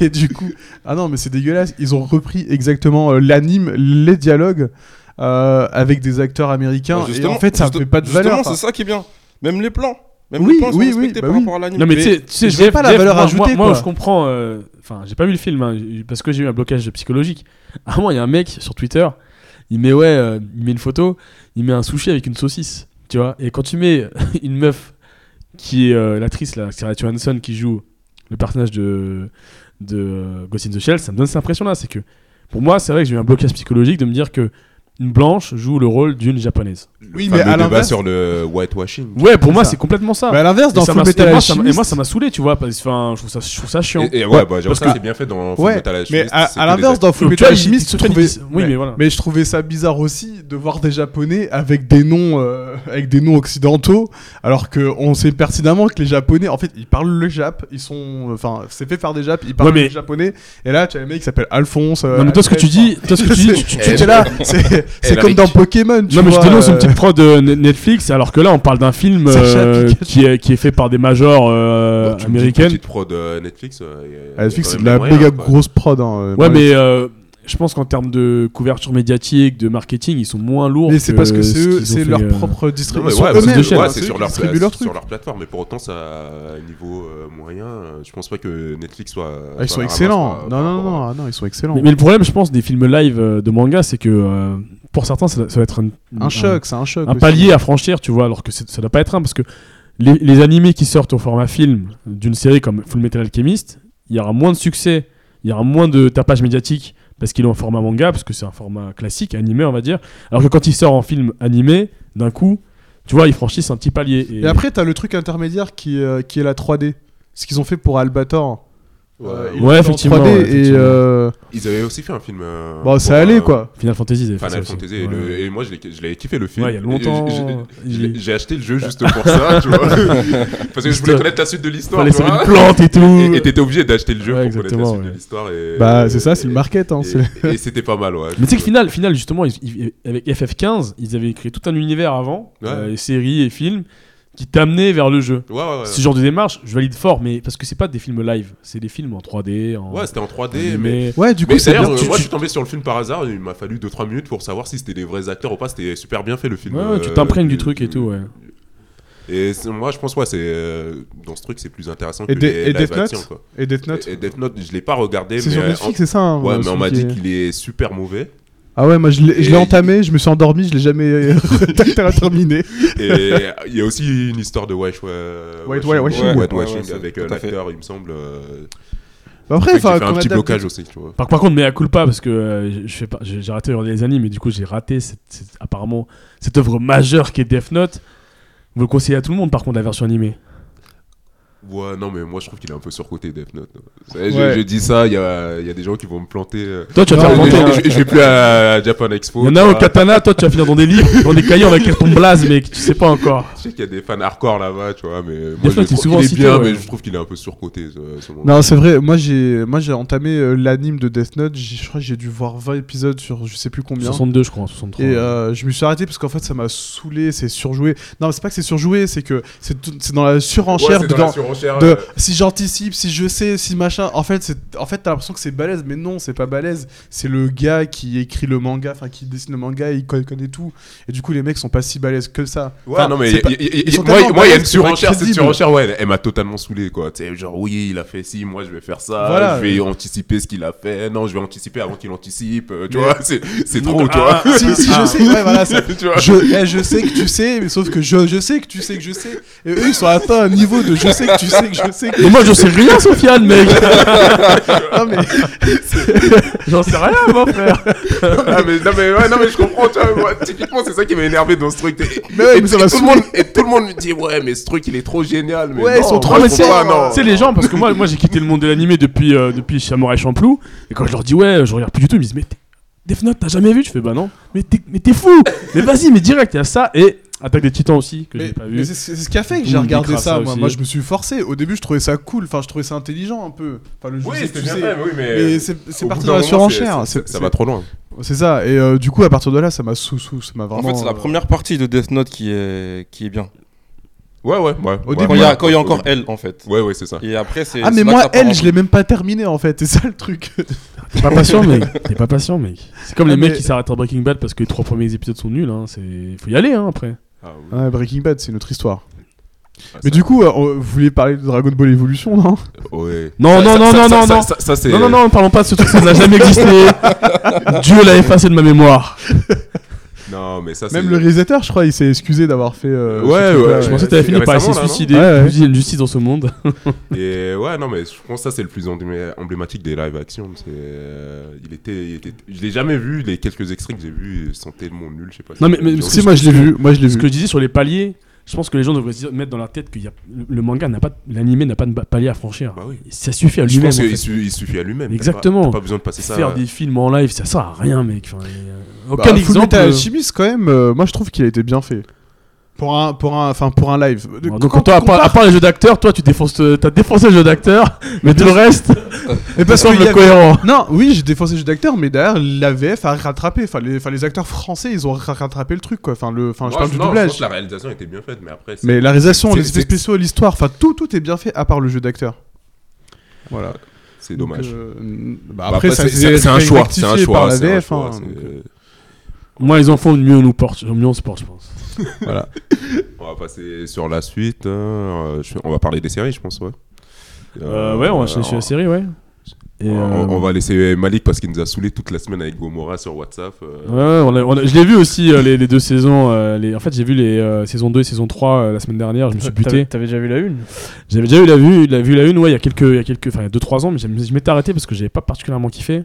Et du coup ah non mais c'est dégueulasse ils ont repris exactement euh, l'anime les dialogues euh, avec des acteurs américains
Bah,
et
justement,
en fait ça
juste-
fait pas de valeur.
Justement, c'est ça qui est bien. Même les plans. Même
Oui,
les plans sont
oui, oui,
respectés
bah
par
oui.
rapport à l'anime.
Non mais tu
Mais-
sais- tu sais,
je vois
Jeff-
pas la
Jeff,
valeur
moi-
ajoutée,
Moi, moi,
quoi.
je comprends. euh, Enfin, j'ai pas vu le film hein, parce que j'ai eu un blocage psychologique. À un moment, il y a un mec sur Twitter. Il met ouais, euh, il met une photo. Il met un sushi avec une saucisse. Tu vois. Et quand tu mets une meuf qui est euh, l'actrice là, Scarlett Johansson, qui joue le personnage de de euh, Ghost in the Shell, ça me donne cette impression là. C'est que pour moi, c'est vrai que j'ai eu un blocage psychologique de me dire que une blanche joue le rôle d'une japonaise.
Oui
Enfin,
mais à
le débat
l'inverse
sur le whitewashing.
Ouais, pour moi,
ça.
c'est complètement ça. Bah
mais à l'inverse dans
Et ça m'a-
Full
et
Metal
moi, ça m'a- et
Alchemist
moi, ça m'a saoulé, tu vois, parce que enfin, je trouve ça, je trouve ça chiant.
Et, et ouais, bah, j'avoue,
parce
ça,
que-
c'est bien fait dans Full
Ouais,
Metal Alchemist,
mais à,
c'est
à
que des
l'inverse dans Full
Donc, tu vois,
Metal
il-
Alchemist,
il-
je
il-
trouvais...
il- oui, mais voilà.
je trouvais ça bizarre aussi de voir des japonais avec des noms euh, avec des noms occidentaux alors que on sait pertinemment que les japonais en fait ils parlent le jap, ils sont enfin c'est fait par des japs, ils parlent
Ouais, mais-
le japonais et là tu as un mec qui s'appelle Alphonse euh,
non mais toi ce que tu
Alfred,
dis, toi ce que tu dis,
enfin,
tu- tu-
c'est- tu- tu- t'es là, c'est c'est
Eric.
comme dans Pokémon, tu
non mais je
vois,
dénonce
euh,
une petite prod de Net- Netflix alors que là on parle d'un film
Sacha
euh,
Pikachu.
qui, est, qui est fait par des majors euh,
Bon, tu me dis
américaines.
Une petite prod euh, Netflix. euh, y a- y a
Ah, Netflix
quand
c'est
même
de la
moyen,
méga
quoi.
grosse prod hein, euh,
Ouais mais euh, je pense qu'en termes de couverture médiatique, de marketing, ils sont moins lourds.
mais c'est parce que
oh, ce
c'est eux,
qu'ils ont
c'est
fait,
leur
euh,
propre
Non, mais
distribution.
ouais, parce que
eux-mêmes,
ouais,
hein,
c'est
eux
sur,
qui
leur
distribuent
pla-
leur truc.
sur leur plateforme, mais pour autant, ça, à niveau euh, moyen, euh, je pense pas que Netflix soit.
Ah, ils
soit
sont
à la ramasse
excellents.
par-
Non
par
non
rapport à-
non, ah non, ils sont excellents.
Mais, mais le problème je pense des films live euh, de manga c'est que euh, pour certains ça, ça va être un,
Un choc, c'est un choc.
un
aussi.
palier à franchir, tu vois, alors que c'est- ça doit pas être un parce que les, les animés qui sortent au format film d'une série comme Full Metal Alchemist, il y aura moins de succès, il y aura moins de tapage médiatique parce qu'il est en format manga, parce que c'est un format classique, animé, on va dire. Alors que quand il sort en film animé, d'un coup, tu vois, ils franchissent un petit palier.
Et après, t'as le truc intermédiaire qui, euh, qui est la 3D. Ce qu'ils ont fait pour Albator.
Ouais,
ouais,
ils l'ont fait en
effectivement,
3D
ouais,
et,
effectivement.
euh,
Ils avaient aussi fait un film. euh,
bon, Bah, ça
pour,
allait
euh,
quoi.
Final Fantasy, ils avaient fait
Final
ça aussi.
Fantasy. Et,
Ouais.
le- et moi, je l'ai- je l'avais kiffé le film.
Ouais, il y a
Et
longtemps,
j'ai- j'ai-
il
j'ai-
est-
J'ai acheté le jeu juste pour ça, tu vois. Parce que je voulais
Histoire.
connaître la suite de l'histoire.
Fallait
tu
sur
vois.
une plante et tout.
hein. Et et t'étais obligé d'acheter le jeu
Ouais,
pour connaître la
exactement,
suite
ouais.
de l'histoire. et- euh,
Bah, c'est ça, c'est le
et-
market. Hein,
et-
c'est-
Et c'était pas mal, ouais.
Mais tu sais que final, final justement, ils- ils- avec FF15, ils avaient créé tout un univers avant,
Ouais.
euh, les séries et films, qui t'amenaient vers le jeu.
Ouais, ouais, ouais.
Ce genre de démarche, je valide fort, mais parce que c'est pas des films live, c'est des films en 3D, en
Ouais, c'était en 3D,
animé.
mais.
Ouais, du coup,
Mais
c'est
d'ailleurs,
bien.
euh,
Tu-
moi je
tu-
suis tombé sur le film par hasard, il m'a fallu 2-3 minutes pour savoir si c'était des vrais acteurs ou pas, c'était super bien fait le film.
Ouais, ouais, tu
euh,
t'imprègnes du truc et tout, ouais.
Et c'est- moi je pense, ouais, c'est. euh, dans ce truc, c'est plus intéressant que
Et,
les
Death- et
live
Death Note
action, quoi.
Et Death Note
Et, et Death Note, je l'ai pas regardé, mais.
C'est sur
euh,
Netflix, c'est ça hein,
en- Ouais, mais on
celui
m'a
qui
dit
est-
qu'il est super mauvais.
Ah ouais, moi je l'ai je
Et-
l'ai entamé, je me suis endormi, je l'ai jamais euh, terminé.
Et il y a aussi une histoire de Wesh,
White- White Washing.
White
Ouais, ouais,
Washing
ouais,
avec
c'est-
euh,
tout à fait.
l'acteur, il me semble. euh,
Bah, Après,
qui fait
enfin,
un
qu'on
petit
adapte-
blocage aussi, tu vois.
Par, par contre, mais à culpa parce que euh, je- je fais pas, j'ai j'ai arrêté de regarder les animes, mais du coup j'ai raté cette, cette- apparemment cette œuvre majeure qui est Death Note. Vous le conseillez à tout le monde, par contre, la version animée.
Ouais, non, mais moi je trouve qu'il est un peu surcoté Death Note. Vous savez,
Ouais.
je, je dis ça, il y a, il y a des gens qui vont me planter. euh,
Toi, tu vas
Non,
te faire
mais
planter.
les gens-
hein.
Je je vais plus à Japan
Il
Expo.
y en
tu
a au
vois.
katana, toi tu vas finir dans des livres, dans des cahiers, on va écrire ton blaze, mais tu sais pas encore.
Je sais qu'il y a des fans hardcore là-bas, tu vois, mais moi je
fois, il est
trouve
souvent
qu'il est
cité,
bien,
ouais.
mais je trouve qu'il est un peu surcoté. ce- ce moment.
Non, c'est vrai, moi j'ai moi j'ai entamé euh, l'anime de Death Note, j'ai- je crois que j'ai dû voir 20 épisodes sur je sais plus combien.
62, je crois, hein, 63.
Et euh, je me suis arrêté parce qu'en fait ça m'a saoulé, c'est surjoué. Non, mais c'est pas que c'est surjoué, c'est que c'est tout- c'est dans la
Ouais,
surenchère
c'est
de-
dans la
dans-
surenchère,
de
euh,
si j'anticipe, si je sais, si machin. En fait, c'est en fait t'as l'impression que c'est balèze, mais non, c'est pas balèze. C'est le gars qui écrit le manga, enfin qui dessine le manga, il con- connaît tout. Et du coup, les mecs sont pas si balèzes que ça.
Ouais,
Enfin,
non, mais
c'est
y-
pas-
y- y-
ils sont
moi,
tellement
moi, il y a
balèzes,
une
c'est pas
surenchère, cette
crédible.
surenchère, ouais, elle, elle m'a totalement saoulé, quoi. Tu sais, genre, oui, il a fait ci, moi je vais faire ça,
Voilà.
je vais anticiper ce qu'il a fait, non, je vais anticiper avant qu'il anticipe, euh, tu
Mais-
vois, c'est c'est
Donc,
trop, tu
ah,
vois.
si, si je sais, ouais, voilà, c'est-
Tu vois.
je, eh, je sais que tu sais, mais sauf que je, je sais que tu sais que je sais. Et eux, ils sont atteints à un niveau de je sais que tu sais que je sais que.
Mais moi je sais rien, Sofiane, mec
Non, mais
J'en sais rien, mon frère
Ah, mais, non, mais, ouais, non, mais je comprends, tu vois, moi, typiquement, c'est ça qui m'a énervé dans ce truc. Et,
Mais ouais,
et-
mais ça
et
m'a
tout le monde, et tout le monde me dit, ouais, mais ce truc, il est trop génial. Mais
Ouais, ils
non,
sont
moi,
trop-
je
mais
comprends
c'est-
pas, non.
Tu Oh, sais, les gens, parce que moi, moi j'ai quitté le monde de l'animé depuis, euh, depuis Samurai Champloo, et quand je leur dis ouais, je regarde plus du tout, ils me disent mais t'es- Death Note, t'as jamais vu Je fais bah non, mais t'es mais t'es fou Mais vas-y, mais direct, il y a ça, et Attaque des Titans aussi, que j'ai
Mais,
pas
mais
vu.
c'est c'est ce qui a fait que
Tout
j'ai
le monde
regardé
décrase
ça,
ça
moi.
aussi.
Moi, je me suis forcé. Au début, je trouvais ça cool. Enfin, je trouvais ça intelligent un peu. Enfin, le jeu,
Oui,
c'est que
c'était
tu
bien
sais.
fait, oui, mais. euh,
Mais c'est c'est
Au
parti
bout
dans
d'un moment,
la
c'est-
surenchère.
c'est-
C'est
Ça va trop loin.
c'est- c'est ça. Et euh, du coup, à partir de là, ça m'a sous sous. Ça m'a
En
vraiment.
fait, c'est la
euh,
première partie de Death Note qui est, qui est bien.
Ouais, ouais, ouais.
Au
ouais,
début,
Quand il y,
ouais,
a- quand il y a
ouais,
encore elle, en fait.
Ouais, ouais, c'est ça.
Et après, c'est.
Ah, mais
c'est là que
moi,
ça part en-
elle, je l'ai même pas terminé en fait. C'est ça le truc.
T'es pas patient, mec T'es pas patient, mec C'est comme
Ah,
les mecs
mais-
qui s'arrêtent à Breaking Bad parce que les trois premiers épisodes sont nuls, hein, c'est... Faut y aller, hein, après.
Ah, oui.
Ouais, Breaking Bad, c'est une autre histoire.
Ah,
Mais
ça-
du coup, euh, on- vous voulez parler de Dragon Ball Evolution, non
Ouais.
Non,
Ça-
Oh, non,
ça- ça-
non, non,
ça-
non,
ça-
non.
ça- ça, c'est-
Non, non, non, ne parlons pas de ce truc, ça n'a jamais existé. Dieu l'a effacé de ma mémoire.
Ah Non, mais ça, c'est.
Même le réalisateur, je crois, il s'est excusé d'avoir fait. euh,
Ouais,
ce truc-là.
ouais,
Je
ouais.
pensais que t'avais
c'est
fini par essayer
récemment,
de
là, non
suicider.
Ouais, ouais.
Plus il y a de justice dans ce monde.
Mm.
Et ouais, non, mais je pense que ça, c'est le plus embléma- emblématique des live action. C'est, euh, Il était... il était- Je l'ai jamais vu, les quelques extraits que j'ai vus sont tellement nuls, je sais pas.
Non, mais- mais-
Genre,
parce
Si, moi, je l'ai vu. Moi, je l'ai
Ce que
vu.
je disais sur les paliers, je pense que les gens devraient se dire- mettre dans leur tête que y a- le- le manga n'a pas, de- l'animé n'a pas de ba- palier à franchir.
Bah oui.
Ça suffit à
Je
lui-même. en
pense
fait.
qu'il su- il suffit à lui-même. T'as pas-
Exactement.
T'as pas besoin de passer ça.
Faire des films en live, ça sert à rien, mec. Enfin, il y a
Bah,
Aucun
Full
exemple.
Metal Alchemist, quand même, euh, moi, je trouve qu'il a été bien fait. Pour un, pour un, enfin, pour un live.
Bon, Donc, toi, à part- à part les jeux d'acteurs, toi, tu défonces, te- t'as défoncé le jeu d'acteur, mais tout le reste,
Mais
ça
parce qu'il y
semble
avait-
cohérent.
Non, oui, j'ai défoncé le jeu d'acteur, mais derrière, la VF a rattrapé. Enfin, les, enfin, les acteurs français, ils ont ra- rattrapé le truc, quoi. Enfin, le, enfin
Moi,
je parle du
non,
doublage.
pense que la réalisation était bien faite, mais après. c'est-
Mais la réalisation,
c'est-
les
c'est-
effets spéciaux, l'histoire, enfin, tout, tout est bien fait à part le jeu d'acteur. Voilà.
C'est dommage.
Donc, euh, bah,
Bah,
après, ça
c'est- c'est c'est un
s'est
choix. C'est un
rectifié par
choix.
la
c'est un
VF. hein,
choix,
donc, euh,
c'est-
Moi, les enfants, mieux on nous porte, mieux on se porte, je pense.
On va passer sur la suite. hein. Euh, je- On va parler des séries, je pense, ouais.
Euh, ouais, on va
chercher
chercher la série, ouais. Et,
on,
euh,
on va laisser Malik parce qu'il nous a saoulé toute la semaine avec Gomorrah sur WhatsApp. euh.
Ouais, ouais, on a- on a- je l'ai vu aussi euh, les, les deux saisons. euh, les- en fait, j'ai vu les euh, saisons 2 et saison 3 euh, la semaine dernière. Je me suis
T'avais-
buté.
T'avais déjà vu la une
J'avais déjà eu la vue, la vue la une, ouais, il y a quelques, il y a quelques, enfin, il y a 2-3 ans, mais j'aime- je m'étais arrêté parce que j'avais pas particulièrement kiffé.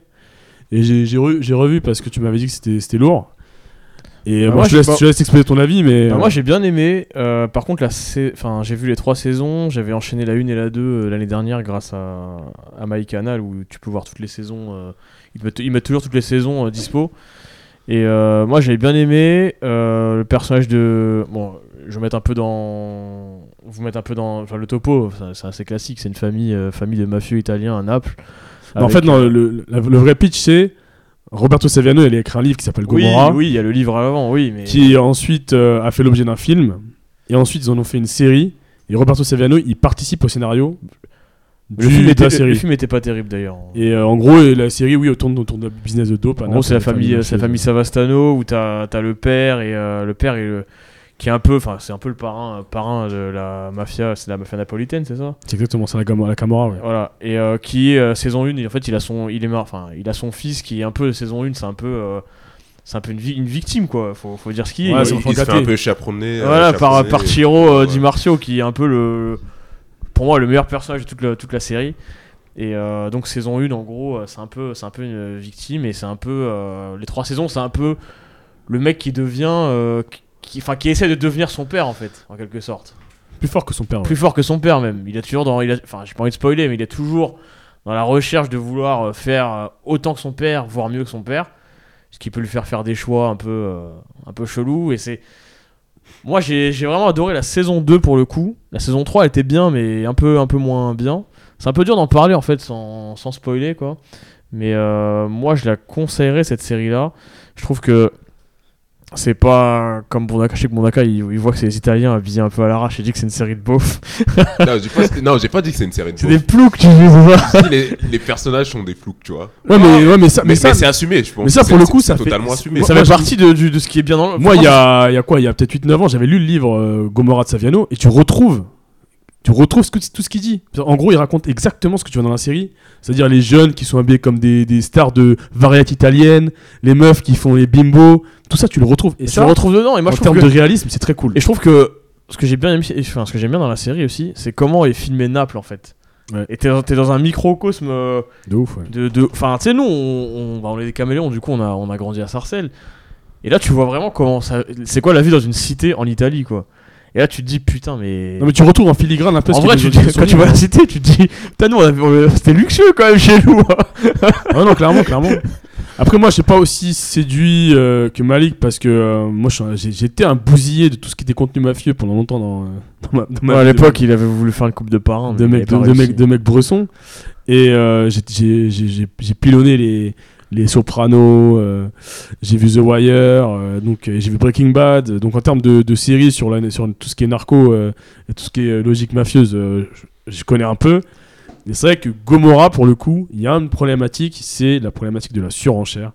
Et j'ai j'ai re- j'ai revu parce que tu m'avais dit que c'était c'était lourd. Et
Bah,
bon,
moi,
je, te
je sais
laisse,
pas.
je te laisse exposer ton avis, mais.
Bah, Moi j'ai bien aimé. Euh, par contre, la sa- enfin, j'ai vu les trois saisons. J'avais enchaîné la 1 et la 2 euh, l'année dernière grâce à, à MyCanal où tu peux voir toutes les saisons. euh, ils, mettent, ils mettent toujours toutes les saisons euh, dispo. Et euh, moi j'ai bien aimé euh, le personnage de. Bon, je vais mettre un peu dans. Vous mettre un peu dans. Enfin, le topo, ça- c'est assez classique. C'est une famille, euh, famille de mafieux italiens à Naples.
Non, euh, en
Avec, euh,
fait, non, le, le- le vrai pitch, c'est Roberto Saviano, il a écrit un livre qui s'appelle
Oui,
Gomorrah,
oui, il y a le livre avant, oui, mais.
qui ensuite euh, a fait l'objet d'un film. Et ensuite, ils en ont fait une série. Et Roberto Saviano, il participe au scénario
le,
du-
film
de
était,
la
le
série.
film était pas terrible d'ailleurs.
Et euh, en gros, la série, oui, tourne autour de business de dope.
En gros, c'est la famille, c'est la famille Savastano où t'as as le père et euh, le père et le qui est un peu, enfin, c'est un peu le parrain, euh, parrain de la mafia, c'est la mafia napolitaine, c'est ça
C'est exactement ça, la, Gomorrah- la Camorra. ouais.
Voilà. Et euh, qui est euh, saison 1, en fait, il a son, il est mar- enfin, il a son fils qui est un peu saison 1, c'est un peu, euh, c'est un peu une, vi- une victime quoi. Faut, faut dire ce qu'il est.
Ouais,
il
c'est
il
enfant
se fait
gâté.
un peu chaperonner. euh,
Voilà, par,
chaperonner,
par
et-
Chiro euh,
ouais.
Di Marzio, qui est un peu le. Pour moi, le meilleur personnage de toute la, toute la série. Et euh, donc, saison 1, en gros, euh, c'est un, peu- c'est un peu une victime. Et c'est un peu. euh, les trois saisons, c'est un peu le mec qui devient. euh, qui, enfin, qui essaie de devenir son père, en fait, en quelque sorte.
Plus fort que son père. ouais.
Plus fort que son père, même. Il est toujours dans. il a- Enfin, j'ai pas envie de spoiler, mais il est toujours dans la recherche de vouloir euh, faire euh, autant que son père, voire mieux que son père. Ce qui peut lui faire faire des choix un peu, euh, un peu chelous. Et c'est. Moi, j'ai j'ai vraiment adoré la saison 2 pour le coup. La saison 3 elle était bien, mais un peu, un peu moins bien. C'est un peu dur d'en parler en fait sans, sans spoiler quoi. Mais euh, moi, je la conseillerais cette série là. Je trouve que c'est pas comme Bondaka. Je sais que Bondaka il, il voit que c'est les Italiens habillés un peu à l'arrache. Il dit que c'est une série de beaufs.
Non, j'ai pas, non, j'ai pas dit que c'est une série de
C'est
beaufs.
des ploucs, tu vois.
Je dis, les, les personnages sont des flouks, tu vois.
Ouais, mais, ouais, mais ça,
Mais,
mais ça,
mais c'est assumé, je pense.
mais ça,
C'est-
pour le
c'est-
coup,
c'est
ça fait-
totalement assumé.
Ça
Moi,
fait
je-
partie de, du- de ce qui est bien dans le.
Moi, il y a, il y a quoi Il y a peut-être 8-9 ans, j'avais lu le livre euh, Gomorra de Saviano et tu retrouves. Tu retrouves ce que, tout ce qu'il dit. En gros, il raconte exactement ce que tu vois dans la série. C'est-à-dire les jeunes qui sont habillés comme des, des stars de variété italienne, les meufs qui font les bimbos. Tout ça, tu le retrouves. Et
je
ça,
le retrouve dedans. Et moi,
en
je trouve
termes de
que
réalisme, c'est très cool.
Et je trouve que ce que j'ai bien aimé, enfin, ce que j'aime bien dans la série aussi, c'est comment est filmé Naples en fait.
Ouais.
Et t'es dans, t'es dans un microcosme euh,
De ouf, ouais.
de. de- Enfin, tu sais, nous, on, on, bah, on est des caméléons, du coup, on a, on a grandi à Sarcelles. Et là, tu vois vraiment comment ça. C'est quoi la vie dans une cité en Italie, quoi. Et là, tu te dis, putain, mais.
Non, mais tu retrouves en filigrane un peu
en
ce que
vrai,
les
tu
autres
dis-
disent sur
quand tu
lui,
vois la
hein.
cité, tu te dis, putain, nous, on avait- on- c'était luxueux quand même chez nous. hein.
Ah non, clairement, clairement. Après, moi, je suis pas aussi séduit euh, que Malik parce que euh, moi, je suis un- j'ai- j'étais un bousillé de tout ce qui était contenu mafieux pendant longtemps dans, euh, dans ma, dans ma
Moi, à
vie de-
l'époque, il avait voulu faire une coupe de parrain.
de
mais
mecs
il avait
de,
pas
de
réussi.
mecs de mecs bressons et euh, j'ai- j'ai- j'ai j'ai- j'ai pilonné les les Sopranos euh, j'ai vu The Wire euh, donc euh, j'ai vu Breaking Bad donc en termes de, de séries sur la sur tout ce qui est narco euh, et tout ce qui est euh, logique mafieuse euh, je, je connais un peu mais c'est vrai que Gomorrah pour le coup il y a une problématique c'est la problématique de la surenchère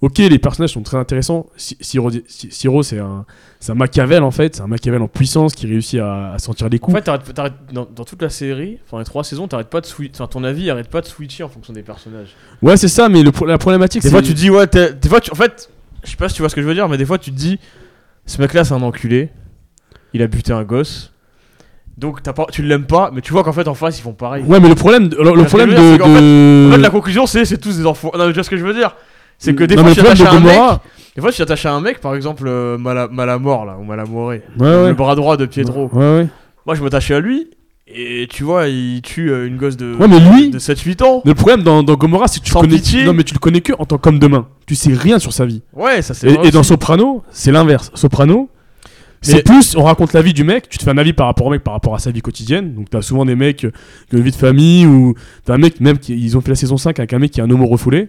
ok les personnages sont très intéressants Si- Siro Si- Siro, c'est un c'est un Machiavel en fait c'est un Machiavel en puissance qui réussit à, à sentir les
En
coups
fait, t'arrêtes- t'arrêtes- dans, dans toute la série, enfin les trois saisons, t'arrêtes pas de switch. Enfin, ton avis arrête pas de switcher en fonction des personnages.
ouais c'est ça mais le pro- la problématique
Des
c'est
fois, tu te dis, ouais, t'es- des fois, tu- en fait, je sais pas si tu vois ce que je veux dire, mais des fois, tu te dis, ce mec-là, c'est un enculé, il a buté un gosse, donc t'as pas, tu l'aimes pas, mais tu vois qu'en fait, en face, ils font pareil.
Ouais, euh, mais le problème, de- le, le
que
problème
je veux dire,
de.
c'est qu'en
de-
En fait, la conclusion, c'est c'est tous des enfants. Non, mais tu vois ce que je veux dire C'est que des
Non,
fois,
mais
tu
le
t'attaches à un
problème de
mec.
Gomorrah-
Des fois, tu t'attaches à un mec, par exemple, euh, Mala- Malamor, là, ou Malamoré,
Ah Ouais,
le
ouais.
bras droit de Pietro.
Ouais, ouais.
Moi, je m'attachais à lui, et tu vois, il tue euh, une gosse de,
Ouais, mais lui-
de 7-8 ans.
Mais Le problème dans, dans Gomorrah, c'est que tu le
Sans
connais.
pitié.
Non, mais tu le connais que en tant qu'homme de main. Tu sais rien sur sa vie.
Ouais, ça c'est
Et,
vrai
et dans
aussi.
Soprano, c'est l'inverse. Soprano, c'est plus, on raconte la vie du mec, tu te fais un avis par rapport au mec, par rapport à sa vie quotidienne. Donc t'as souvent des mecs euh, qui ont une vie de famille ou t'as un mec, même qui, ils ont fait la saison 5 avec un mec qui est un homo refoulé.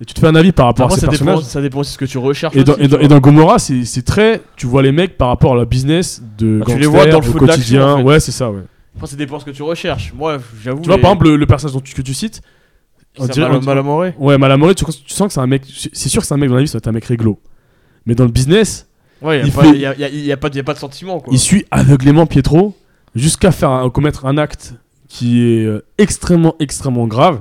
Et tu te fais un avis par rapport à
Après,
ses
ça dépend,
personnages.
ça dépend aussi de ce que tu recherches.
Et dans,
aussi,
et, dans,
tu
et
vois.
dans Gomorrah, c'est c'est très. Tu vois les mecs par rapport à leur business de
Ah, tu les
gangsters,
vois dans le
au
feu de l'action,
quotidien.
en fait.
Ouais, c'est ça, ouais.
Après, ça dépend ce que tu recherches. Moi, j'avoue.
Tu vois, par exemple, le, le personnage dont tu- que tu cites, on dirait- on-
Malamoré.
ouais, Malamoré, tu, tu sens que c'est un mec, c'est sûr que c'est un mec dans la vie, ça va être un mec réglo. Mais dans le business,
Ouais,
Il
il
fait-
n'y a, y a- y a pas de y a pas de sentiment quoi.
il suit aveuglément Pietro jusqu'à faire un- commettre un acte qui est euh, extrêmement, extrêmement grave.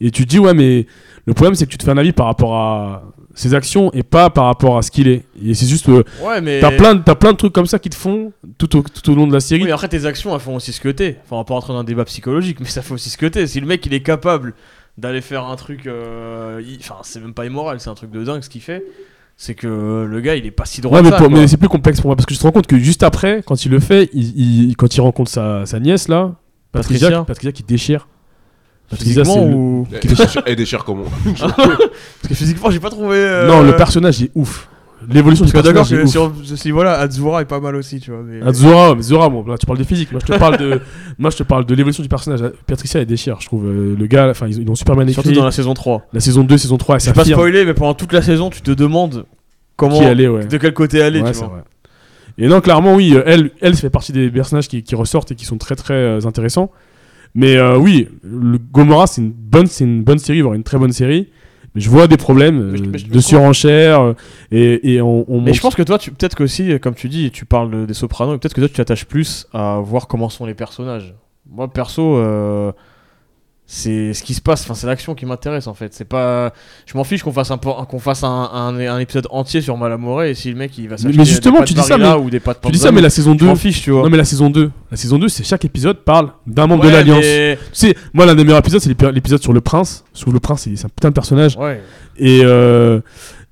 Et tu te dis, ouais, mais le problème, c'est que tu te fais un avis par rapport à ses actions et pas par rapport à ce qu'il est. Et c'est juste, euh,
Ouais, mais.
t'as plein, de- t'as plein de trucs comme ça qui te font tout au, tout au long de la série.
Oui, mais après, tes actions, elles font aussi ce que t'es. Enfin, on va pas rentrer dans un débat psychologique, mais ça fait aussi ce que t'es. Si le mec, il est capable d'aller faire un truc. euh, il- Enfin, c'est même pas immoral, c'est un truc de dingue ce qu'il fait. C'est que le gars, il est pas si droit
Ouais,
que
mais,
ça,
pour-
quoi.
mais c'est plus complexe pour moi parce que je te rends compte que juste après, quand il le fait, il, il- quand il rencontre sa, sa nièce là, Patricia,
Patricia.
Patricia, qui déchire. Patricia,
Physiquement
c'est le-
ou-
Et des chiens- Et des chers comment
Parce que physiquement, j'ai pas trouvé. euh,
Non, le personnage est ouf. L'évolution
Parce
du
que d'accord,
personnage est
que
ouf.
sur ce niveau-là, Azura est pas mal aussi, tu vois. mais-
Ah, Zora, mais Zora, bon, là, tu parles de physique. Moi, je te parle de, moi, je te parle de l'évolution du personnage. Patricia, elle déchire, je trouve. Euh, Le gars, enfin, ils, ils ont super bien écrit.
Surtout dans la saison 3.
La saison 2, saison 3, elle
Je vais pas
s'affirme
spoiler, mais pendant toute la saison, tu te demandes comment.
hein, qui elle est, ouais.
De quel côté aller,
Ouais,
tu
c'est
vois.
vrai. Et non, clairement, oui, euh, elle, elle ça fait partie des personnages qui, qui ressortent et qui sont très très euh, intéressants. Mais euh, oui, le Gomorrah, c'est une bonne, c'est une bonne série, voire une très bonne série. Mais je vois des problèmes euh,
Mais je- mais je-
de surenchère euh, et, et on, on
Mais
monte-
je pense que toi, tu- peut-être que aussi, comme tu dis, tu parles de- des Sopranos, et peut-être que toi, tu t'attaches plus à voir comment sont les personnages. Moi, perso, euh, c'est ce qui se passe, enfin, c'est l'action qui m'intéresse en fait. C'est pas, je m'en fiche qu'on fasse un por- qu'on fasse un, un- un épisode entier sur Malamore et si le mec il va s'acheter
mais justement,
des pâtes
tu dis ça,
Barilla ou des pâtes
tu dis ça,
Panzano,
mais la saison 2.
je m'en fiche, tu vois.
Non, mais la saison 2. La saison 2, c'est chaque épisode parle d'un membre de
Ouais,
l'Alliance.
mais-
Tu sais, moi, l'un des meilleurs épisodes, c'est l'épi- l'épisode sur le prince. Je trouve le prince, c'est c'est un putain de personnage.
Ouais.
Et, euh,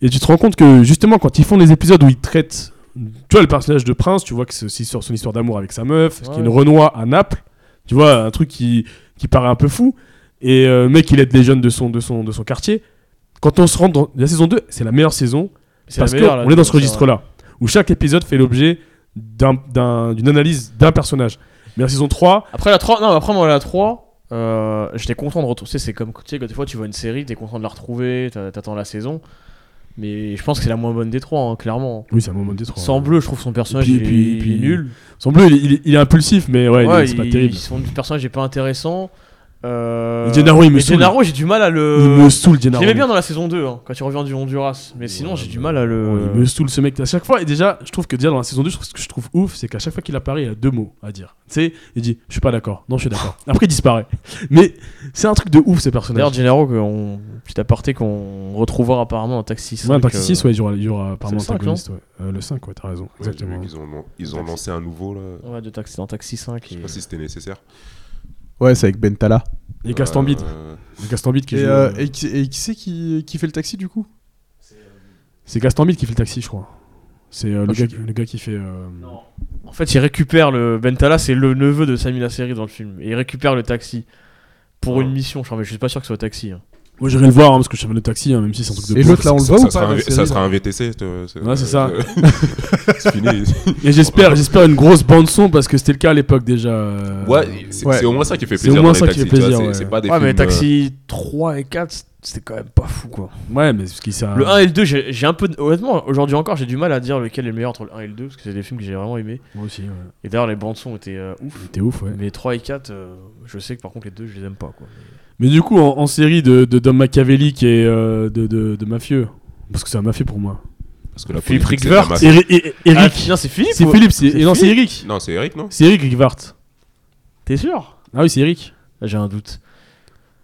et tu te rends compte que justement, quand ils font les épisodes où ils traitent, tu vois, le personnage de Prince, tu vois que c'est aussi sur son histoire d'amour avec sa meuf, qui est une
Ouais.
Renoir à Naples, tu vois, un truc qui, qui paraît un peu fou. Et euh, le mec, il aide les jeunes de son, de son, de son quartier. Quand on se rend dans la saison 2, c'est la meilleure saison
C'est
parce
la meilleure, là,
qu'on est dans ce
c'est vrai.
registre-là, où chaque épisode fait l'objet d'un- d'un- d'une analyse d'un personnage. Mais la saison 3,
Après la 3, non, après moi la 3, euh, j'étais content de retrouver. tu sais, C'est comme tu sais, quand des fois tu vois une série, t'es content de la retrouver, t'a- t'attends la saison. Mais je pense que c'est la moins bonne des trois, hein, clairement.
oui, c'est un moment de détroit.
Sans bleu, je trouve son personnage
Et puis- et
il est-
puis-
il est nul.
Sans bleu, il, est- il est- il est impulsif, mais ouais, il est-
Ouais,
c'est pas
il-
terrible.
Son personnage est pas intéressant. Euh...
Et Gennaro, il me
mais
saoule.
Gennaro, j'ai du mal à le.
Il me saoule, Gennaro.
euh, J'aimais bien dans la saison 2, hein, quand il revient du Honduras. Mais sinon,
Ouais,
j'ai du
mais-
mal à le.
Il me saoule ce mec à chaque fois. Et déjà, je trouve que déjà dans la saison 2, ce que je trouve ouf, c'est qu'à chaque fois qu'il apparaît, il a deux mots à dire. Tu sais, il dit Je suis pas d'accord. Non, je suis d'accord. Après, il disparaît. Mais c'est un truc de ouf, ces
D'ailleurs,
personnages.
Gennaro, qu'on- petit aparté qu'on retrouvera apparemment dans Taxi 5.
Ouais, un Taxi
euh,
6, ouais, il y aura, il y aura apparemment
c'est le cinq,
antagoniste. ouais. Euh, le 5, ouais, t'as raison.
Ouais, j'ai vu
Exactement.
qu'ils ont- Ils ont lancé un nouveau là.
ouais, de taxi, dans Taxi 5.
Je sais
et-
pas si c'était nécessaire.
Ouais, c'est avec Bentala.
Et Castambide.
Euh,
C'est Castambide qui
Et,
joue,
euh,
euh,
et qui, et qui c'est qui, qui fait le taxi du coup
C'est Castambide qui fait le taxi, je crois. C'est euh, le,
Ah, je
gars,
sais
le gars qui fait. euh,
En fait, il récupère le. Bentala, c'est le neveu de Sami Nasseri dans le film. Et il récupère le taxi. Pour
Ah.
une mission, je crois, mais je suis pas sûr que ce soit taxi. hein.
Moi, j'irai le voir, hein, parce que je suis fan de taxi, hein, même si c'est un truc de
Et
ouf.
l'autre là, on le
ça-
voit
ça
ou
sera
pas
un
la
V- Ça
série
sera un VTC. te- c'est-
Ouais, c'est ça.
c'est fini.
Et j'espère j'espère une grosse bande-son, parce que c'était le cas à l'époque déjà. euh,
Ouais, c'est
Ouais.
c'est au moins ça qui fait
C'est
plaisir.
au moins
dans les
ça qui fait
taxis, tu vois,
plaisir,
c'est-
ouais.
C'est pas des
Ouais, mais
films, euh,
Taxi 3 et 4, c'était quand même pas fou, quoi.
Ouais, mais ce qui ça.
Le 1 et le 2, j'ai j'ai un peu. de- Honnêtement, aujourd'hui encore, j'ai du mal à dire lequel est le meilleur entre le 1 et le 2, parce que c'est des films que j'ai vraiment aimé.
Moi aussi, ouais.
Et d'ailleurs, les bandes son étaient euh, ouf.
T'es ouf, ouais.
Mais 3 et 4, euh, je sais que par contre, les deux, je les aime pas, quoi.
Mais du coup, en, en série de, de Dom Machiavelli qui est euh, de, de, de mafieux, parce que c'est un mafieux pour moi.
euh, Parce que la
Philippe
politique, c'est la
Rickvert.
mafia.
Eri- E-
Ah,
Eric.
non, c'est Philippe
c'est
ou-
Philippe, c'est
c'est
et non, c'est
Philippe
Eric.
Non, c'est Eric, non
C'est Eric Rivart.
T'es sûr
Ah oui, c'est Eric.
J'ai un doute.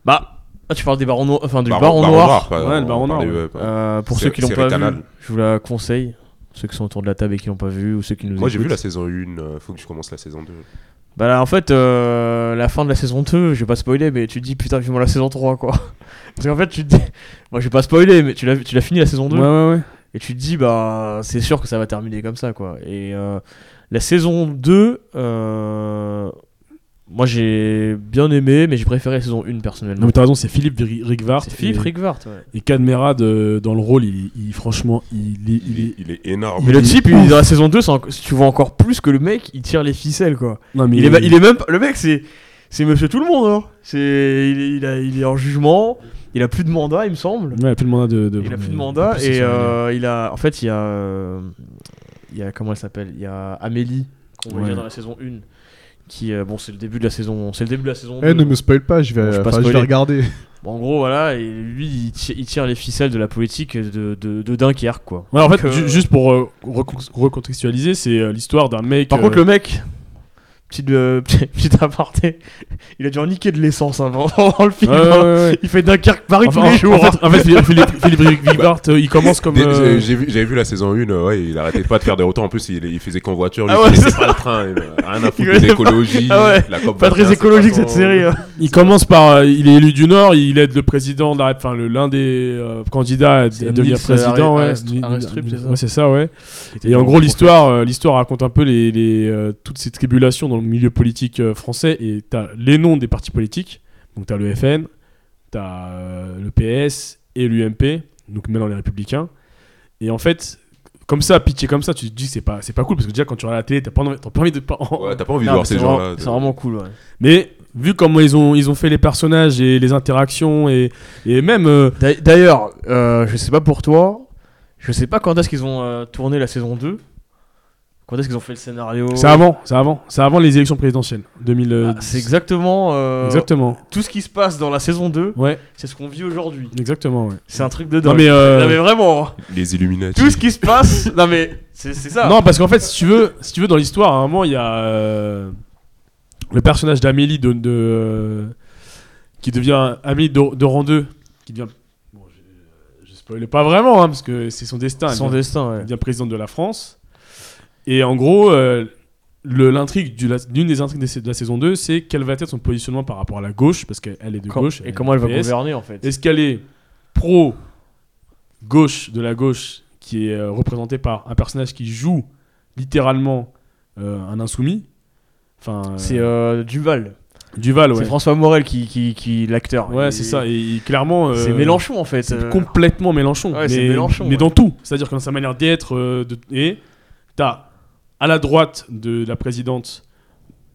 Bah, ah, tu parles des barons noirs. Enfin, du
Baron-
baron,
Bah, Baron
noir.
pas-
Ouais, le
on
Baron Noir,
parlait,
ouais.
euh, pas-
Euh, pour
C'est-
ceux qui l'ont
c'est
pas
Récanal.
vu, je vous la conseille. Ceux qui sont autour de la table et qui l'ont pas vu, ou ceux qui nous
Moi, j'ai vu
écoutent.
la saison 1. euh, Faut que je commence la saison 2.
Bah là, en fait, euh, la fin de la saison 2, je vais pas spoiler, mais tu te dis putain, vivement la saison 3, quoi. Parce qu'en fait, tu te dis. Moi, je vais pas spoiler, mais tu l'as tu l'as fini la saison 2.
ouais, ouais.
Et tu te dis, bah, c'est sûr que ça va terminer comme ça, quoi. Et euh, la saison 2, euh, moi j'ai bien aimé, mais j'ai préféré la saison 1 personnellement.
Non, mais t'as raison, c'est Philippe Ri- Rivart.
C'est Philippe
et,
Rigvart, ouais.
Et Cadmerad euh, dans le rôle, il, il- franchement, il, est- il
Il est-
est.
Ah, il est énorme.
Mais le
est
type,
ouf.
il- dans la saison 2, c'est en- tu vois encore plus que le mec, il tire les ficelles, quoi.
Non, mais
Il, est, ma- il est même. pas- Le mec, c'est. C'est monsieur tout le monde, hein. C'est, il, est- il a- il est en jugement, il a plus de mandat, il me semble.
Ouais, il a plus de mandat de. de-
il a plus
de-
de mandat
de-
et
de-
euh, il a. En fait, il y a. euh, Il y a. Comment elle s'appelle Il y a Amélie, qu'on va
Ouais.
dire dans la saison 1. Qui, euh, bon, c'est le début de la saison. C'est le début de la saison.
Euh,
Eh, ne
deux.
me spoil pas, je
Je
vais,
vais pas
enfin, je vais
spoiler.
regarder.
Bon, en gros, voilà, et lui, il tire, il tire les ficelles de la politique de, de, de Dunkerque, quoi.
Ouais, en fait,
Donc, euh,
ju- juste pour euh, recon- recontextualiser, c'est euh, l'histoire d'un mec.
Par contre,
euh,
le mec, Petite, euh, petite aparté, il a dû en niquer de l'essence hein, pendant le film.
Ouais,
hein.
ouais, ouais.
Il fait Dunkerque-Paris
Enfin,
tous les
en-
jours.
En fait, en fait, Philippe, Philippe, Philippe Guibart, euh, il commence comme.
Dès-
euh,
j'ai- j'ai vu- J'avais vu la saison 1, ouais, il arrêtait pas de faire des retours. En plus, il, il faisait qu'en voiture, lui,
Ah ouais,
il connaissait
c'est
pas le train. il, euh, Rien à
Il
foutre des
connaissait pas-
écologies.
Ah ouais,
la COP
Pas très
21, c'est
écologique
son-
cette série. hein.
Il commence par, euh, il est élu du Nord, il aide le président, de la- enfin le- l'un des euh, candidats à
C'est
à devenir
Nils, euh,
président,
Arre-
ouais.
Arrestrup, Arrestrup, c'est ça
Ouais, c'est ça, ouais. Et en gros, l'histoire, euh, l'histoire raconte un peu les, les, euh, toutes ces tribulations dans le milieu politique euh, français. Et t'as les noms des partis politiques. Donc t'as le FN, t'as euh, le PS et l'UMP. Donc maintenant les Républicains. Et en fait, comme ça, pitché comme ça, tu te dis c'est pas, c'est pas cool parce que déjà quand tu regardes la télé, t'as pas envie, t'as pas envie de. pas-
euh.
Ouais, t'as pas envie
Non,
de
mais
voir
c'est
ces
vraiment-
gens-là.
C'est vraiment cool, ouais.
Mais vu comment ils ont, ils ont fait les personnages et les interactions et, et même. euh,
D'a- D'ailleurs, euh, je sais pas pour toi, je sais pas quand est-ce qu'ils ont euh, tourné la saison 2, quand est-ce qu'ils ont fait le scénario.
c'est avant, c'est avant, c'est avant les élections présidentielles. 2000. euh,
Ah, c'est exactement, euh,
Exactement.
tout ce qui se passe dans la saison 2,
Ouais,
c'est ce qu'on vit aujourd'hui.
exactement. Ouais.
C'est un truc de
Non
dingue.
mais, euh,
Non, mais vraiment, hein.
Les Illuminati.
tout ce qui se passe, non mais c'est c'est ça.
non parce qu'en fait si tu veux, si tu veux dans l'histoire à un moment il y a euh, le personnage d'Amélie de, de, euh, qui devient Amélie de, de rang 2 qui devient bon je, je spoil pas vraiment hein, parce que c'est son destin. elle
son
devient-
destin, ouais.
elle devient présidente de la France. Et en gros, euh, le- l'intrigue du- la- l'une des intrigues de sa- de la saison 2, c'est quel va être son positionnement par rapport à la gauche, parce qu'elle elle est de
Com-
gauche.
et comment elle va
est PS.
gouverner en fait.
Est-ce qu'elle est pro gauche de la gauche, qui est euh, représentée par un personnage qui joue littéralement euh, un insoumis Enfin, euh,
C'est euh, Duval,
Duval, ouais.
c'est François Morel qui, qui, qui l'acteur.
Ouais,
Et-
c'est ça. Et, clairement, euh,
C'est Mélenchon en fait. euh,
complètement Mélenchon.
Ouais, c'est
mais
Mélenchon,
mais
ouais.
dans tout. C'est-à-dire que dans sa manière d'être, euh, de- et t'as à la droite de la présidente,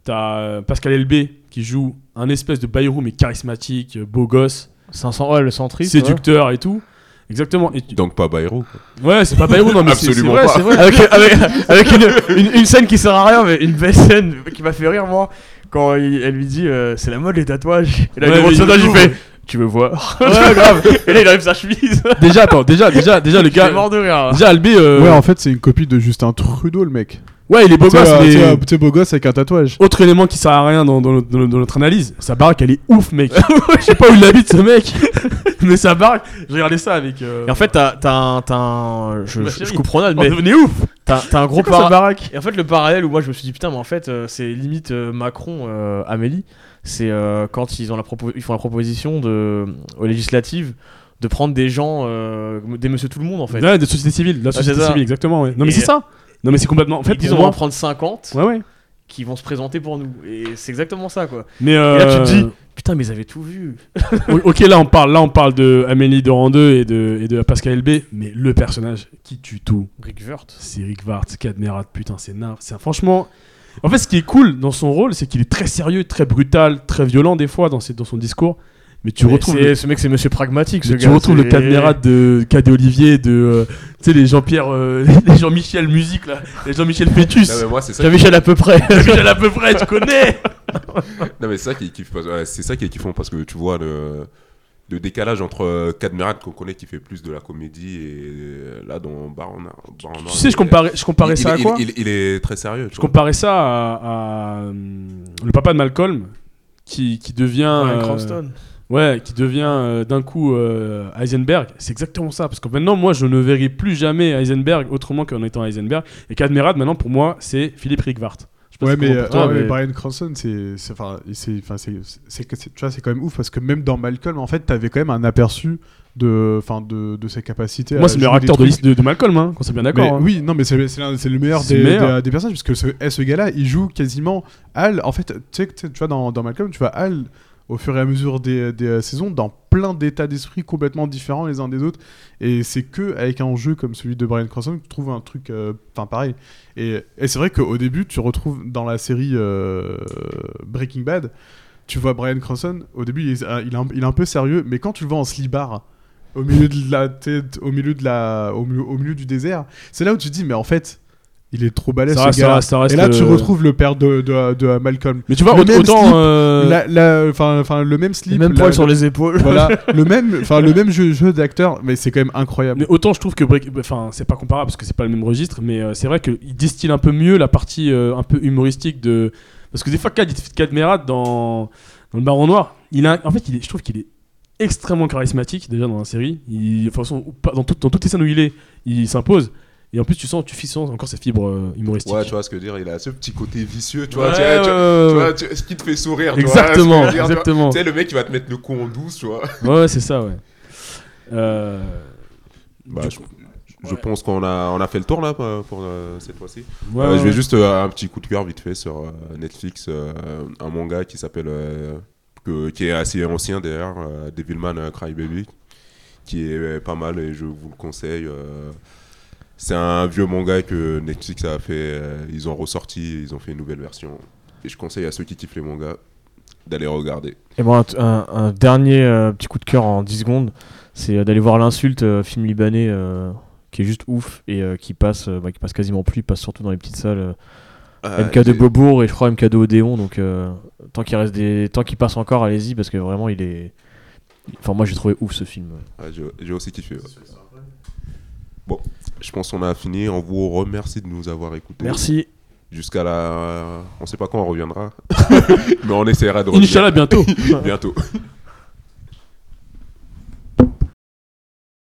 t'as euh, Pascal Elbé qui joue un espèce de Bayrou mais charismatique, euh, beau gosse,
500 ouais, le centriste. ouais.
séducteur et tout. Exactement. Et tu-
Donc pas Bayrou.
Ouais, c'est pas Bayrou, non, mais c'est c'est
Absolument
vrai,
pas.
c'est vrai.
avec, avec, avec une, une, une scène qui sert à rien, mais une belle scène qui m'a fait rire, moi. Quand il- elle lui dit euh, c'est la mode les tatouages. Et là,
Ouais,
il
mais
montre son
il
tatouage, il
l'ouvre.
fait tu veux voir. grave. Et là, il enlève sa chemise.
Déjà, attends, déjà, déjà, déjà, le
Il est
gars.
mort de rire.
Déjà, Elbé. euh,
Ouais,
Ouais,
en fait, c'est une copie de Justin Trudeau, le mec.
il est beau
Tu sais,
gosse,
euh,
mais-
tu sais, un petit beau gosse avec un tatouage.
Autre élément qui sert à rien dans, dans notre- dans notre- dans notre analyse, sa baraque elle est ouf mec. Je sais pas où il habite ce mec, mais sa baraque, j'ai regardé ça avec. euh,
Et en fait, t'as t'as un. t'as un- je,
Ma
je,
chérie.
je comprends là,
on
mais
devenait ouf.
t'as t'as un gros
Pourquoi sa
parallèle.
baraque
Et en fait, le parallèle où moi je me suis dit putain, mais en fait, euh, c'est limite euh, Macron, euh, Amélie. C'est euh, quand ils, ont la propo- ils font la proposition de, aux législatives de prendre des gens, euh, des monsieur tout le monde en fait. Ah,
Ouais, de société civile, de la
c'est
société
ça.
civile, exactement. ouais. Non, mais
Et-
c'est ça. Non, mais c'est complètement. En fait,
ils disent
pour
on va en
moi-
prendre 50
Ouais, ouais.
qui vont se présenter pour nous. Et c'est exactement ça, quoi.
Mais
Et là, tu
euh,
te dis, putain, mais ils avaient tout vu.
o- ok, là on parle, là on parle de Amélie Dorandeux et de et de Pascal LB, mais le personnage qui tue tout,
Rick Vert.
c'est Rick Vart, Cadmerat, ah, putain, c'est nain. C'est franchement. En fait, ce qui est cool dans son rôle, c'est qu'il est très sérieux, très brutal, très violent des fois dans ses- dans son discours. Mais tu retrouves le-
Ce mec, c'est monsieur pragmatique, ce
Mais
gars.
tu retrouves le
c'est-
Cadmerat de Cadet Olivier, de euh, tu sais les Jean-Pierre, euh, les Jean-Michel musique là, les Jean-Michel Pétus.
Non, mais moi, c'est Ah ça.
Jean-Michel à peu près.
Jean-Michel à peu près, tu connais.
Non, mais c'est ça qui est kiffant. Ouais, c'est ça qui est kiffant parce que tu vois le, le décalage entre euh, Cadmerat qu'on connaît qui fait plus de la comédie et euh, là dans Baron. Baron
Tu sais, je comparais, je comparais ça à quoi
il, il- il est très sérieux. tu
Je
vois.
comparais ça à, à, hum, le papa de Malcolm qui, qui devient euh,
Cranston.
ouais qui devient euh, d'un coup euh, Heisenberg. C'est exactement ça parce que maintenant moi je ne verrai plus jamais Heisenberg autrement qu'en étant Heisenberg et Cadmerat maintenant pour moi c'est Philippe Rigvart. Je sais pas
Ouais,
si
mais,
c'est
euh,
pour toi,
ouais,
mais-
mais Brian Cranston, c'est, c'est, enfin, c'est, enfin, c'est, c'est, que- c'est- tu vois, c'est quand même ouf parce que même dans Malcolm, en fait, t'avais quand même un aperçu de, enfin, de, de ses capacités. à
moi c'est le meilleur
jouer des
acteur de,
trucs.
liste de, de Malcolm hein, quand c'est bien d'accord.
Mais
hein.
Oui, non, mais c'est, c'est l'un- c'est le meilleur,
C'est
des,
le meilleur.
des- des personnages parce que ce, eh, ce gars-là, il joue quasiment Al. En fait, tu sais, que- tu sais, tu vois, dans, dans Malcolm, tu vois Al au fur et à mesure des, des, euh, saisons dans plein d'états d'esprit complètement différents les uns des autres. Et c'est que avec un jeu comme celui de Brian Cranston que tu trouves un truc, euh, enfin pareil. Et, et c'est vrai qu'au début, tu retrouves dans la série euh, Breaking Bad, tu vois Brian Cranston. Au début, il est, euh, il est un, il est un peu sérieux, mais quand tu le vois en slibard au milieu de la tête, au milieu de la, au milieu, au milieu du désert, c'est là où tu te dis, mais en fait, il est trop balèze
Ça
ce
reste-
gars.
ça reste
Et là, tu
le-
retrouves le père de, de, de Malcolm.
Mais tu vois
Le
aut-
même
autant
slip,
euh,
La- la- Enfin, enfin, le même slip,
Les mêmes
la-
poils sur les épaules.
voilà, le même, enfin le même jeu, jeu d'acteur, mais c'est quand même incroyable.
Mais autant je trouve que Break- enfin c'est pas comparable parce que c'est pas le même registre, mais euh, c'est vrai qu'il distille un peu mieux la partie euh, un peu humoristique de Parce que des fois, Kad, il te fait Cadmerat dans, dans le Baron Noir, il a, en fait, il est, je trouve qu'il est extrêmement charismatique déjà dans la série. Il, de toute façon, ou pas- dans, tout- dans toutes les scènes où il est, il s'impose. Et en plus, tu sens, tu sens encore ses fibres euh, humoristiques.
Ouais, tu vois ce que je veux dire, il a ce petit côté vicieux, tu vois,
Ouais,
tu vois,
ouais,
tu-
ouais,
tu
ouais.
vois, tu- ce qui te fait sourire, tu vois,
Euh, Exactement,
ce que je veux dire, tu vois.
exactement.
Tu sais, le mec, il va te mettre le con en douce, tu vois.
Ouais, ouais, c'est ça, ouais. Euh,
Bah,
du
je,
coup,
je pense qu'on a, on a fait le tour là pour pour, euh, cette fois-ci.
ouais,
Euh,
ouais,
Je vais
ouais.
juste euh, un petit coup de cœur vite fait sur euh, Netflix, euh, un manga qui s'appelle, euh, que- qui est assez ancien d'ailleurs, euh, Devilman Crybaby, qui est euh, pas mal et je vous le conseille. euh. c'est un vieux manga que Netflix a fait, euh, ils ont ressorti, et ils ont fait une nouvelle version. Et je conseille à ceux qui kiffent les mangas d'aller regarder.
Et bon, un, un- un dernier euh, petit coup de cœur en 10 secondes, c'est euh, d'aller voir l'insulte, euh, film libanais euh, qui est juste ouf et euh, qui passe, euh, bah, qui passe quasiment plus, il passe surtout dans les petites salles. euh,
Ah,
MK de Beaubourg et je crois MK de Odéon, donc euh, tant qu'il reste des, tant qu'il passe encore, allez-y parce que vraiment il est. Enfin moi j'ai trouvé ouf ce film.
Ah, J'ai j'ai aussi kiffé. ouais. Bon, je pense qu'on a fini. On vous remercie de nous avoir écoutés.
Merci.
Jusqu'à la. On sait pas quand on reviendra. Mais on essaiera de revenir
Inch'Allah, bientôt.
bientôt.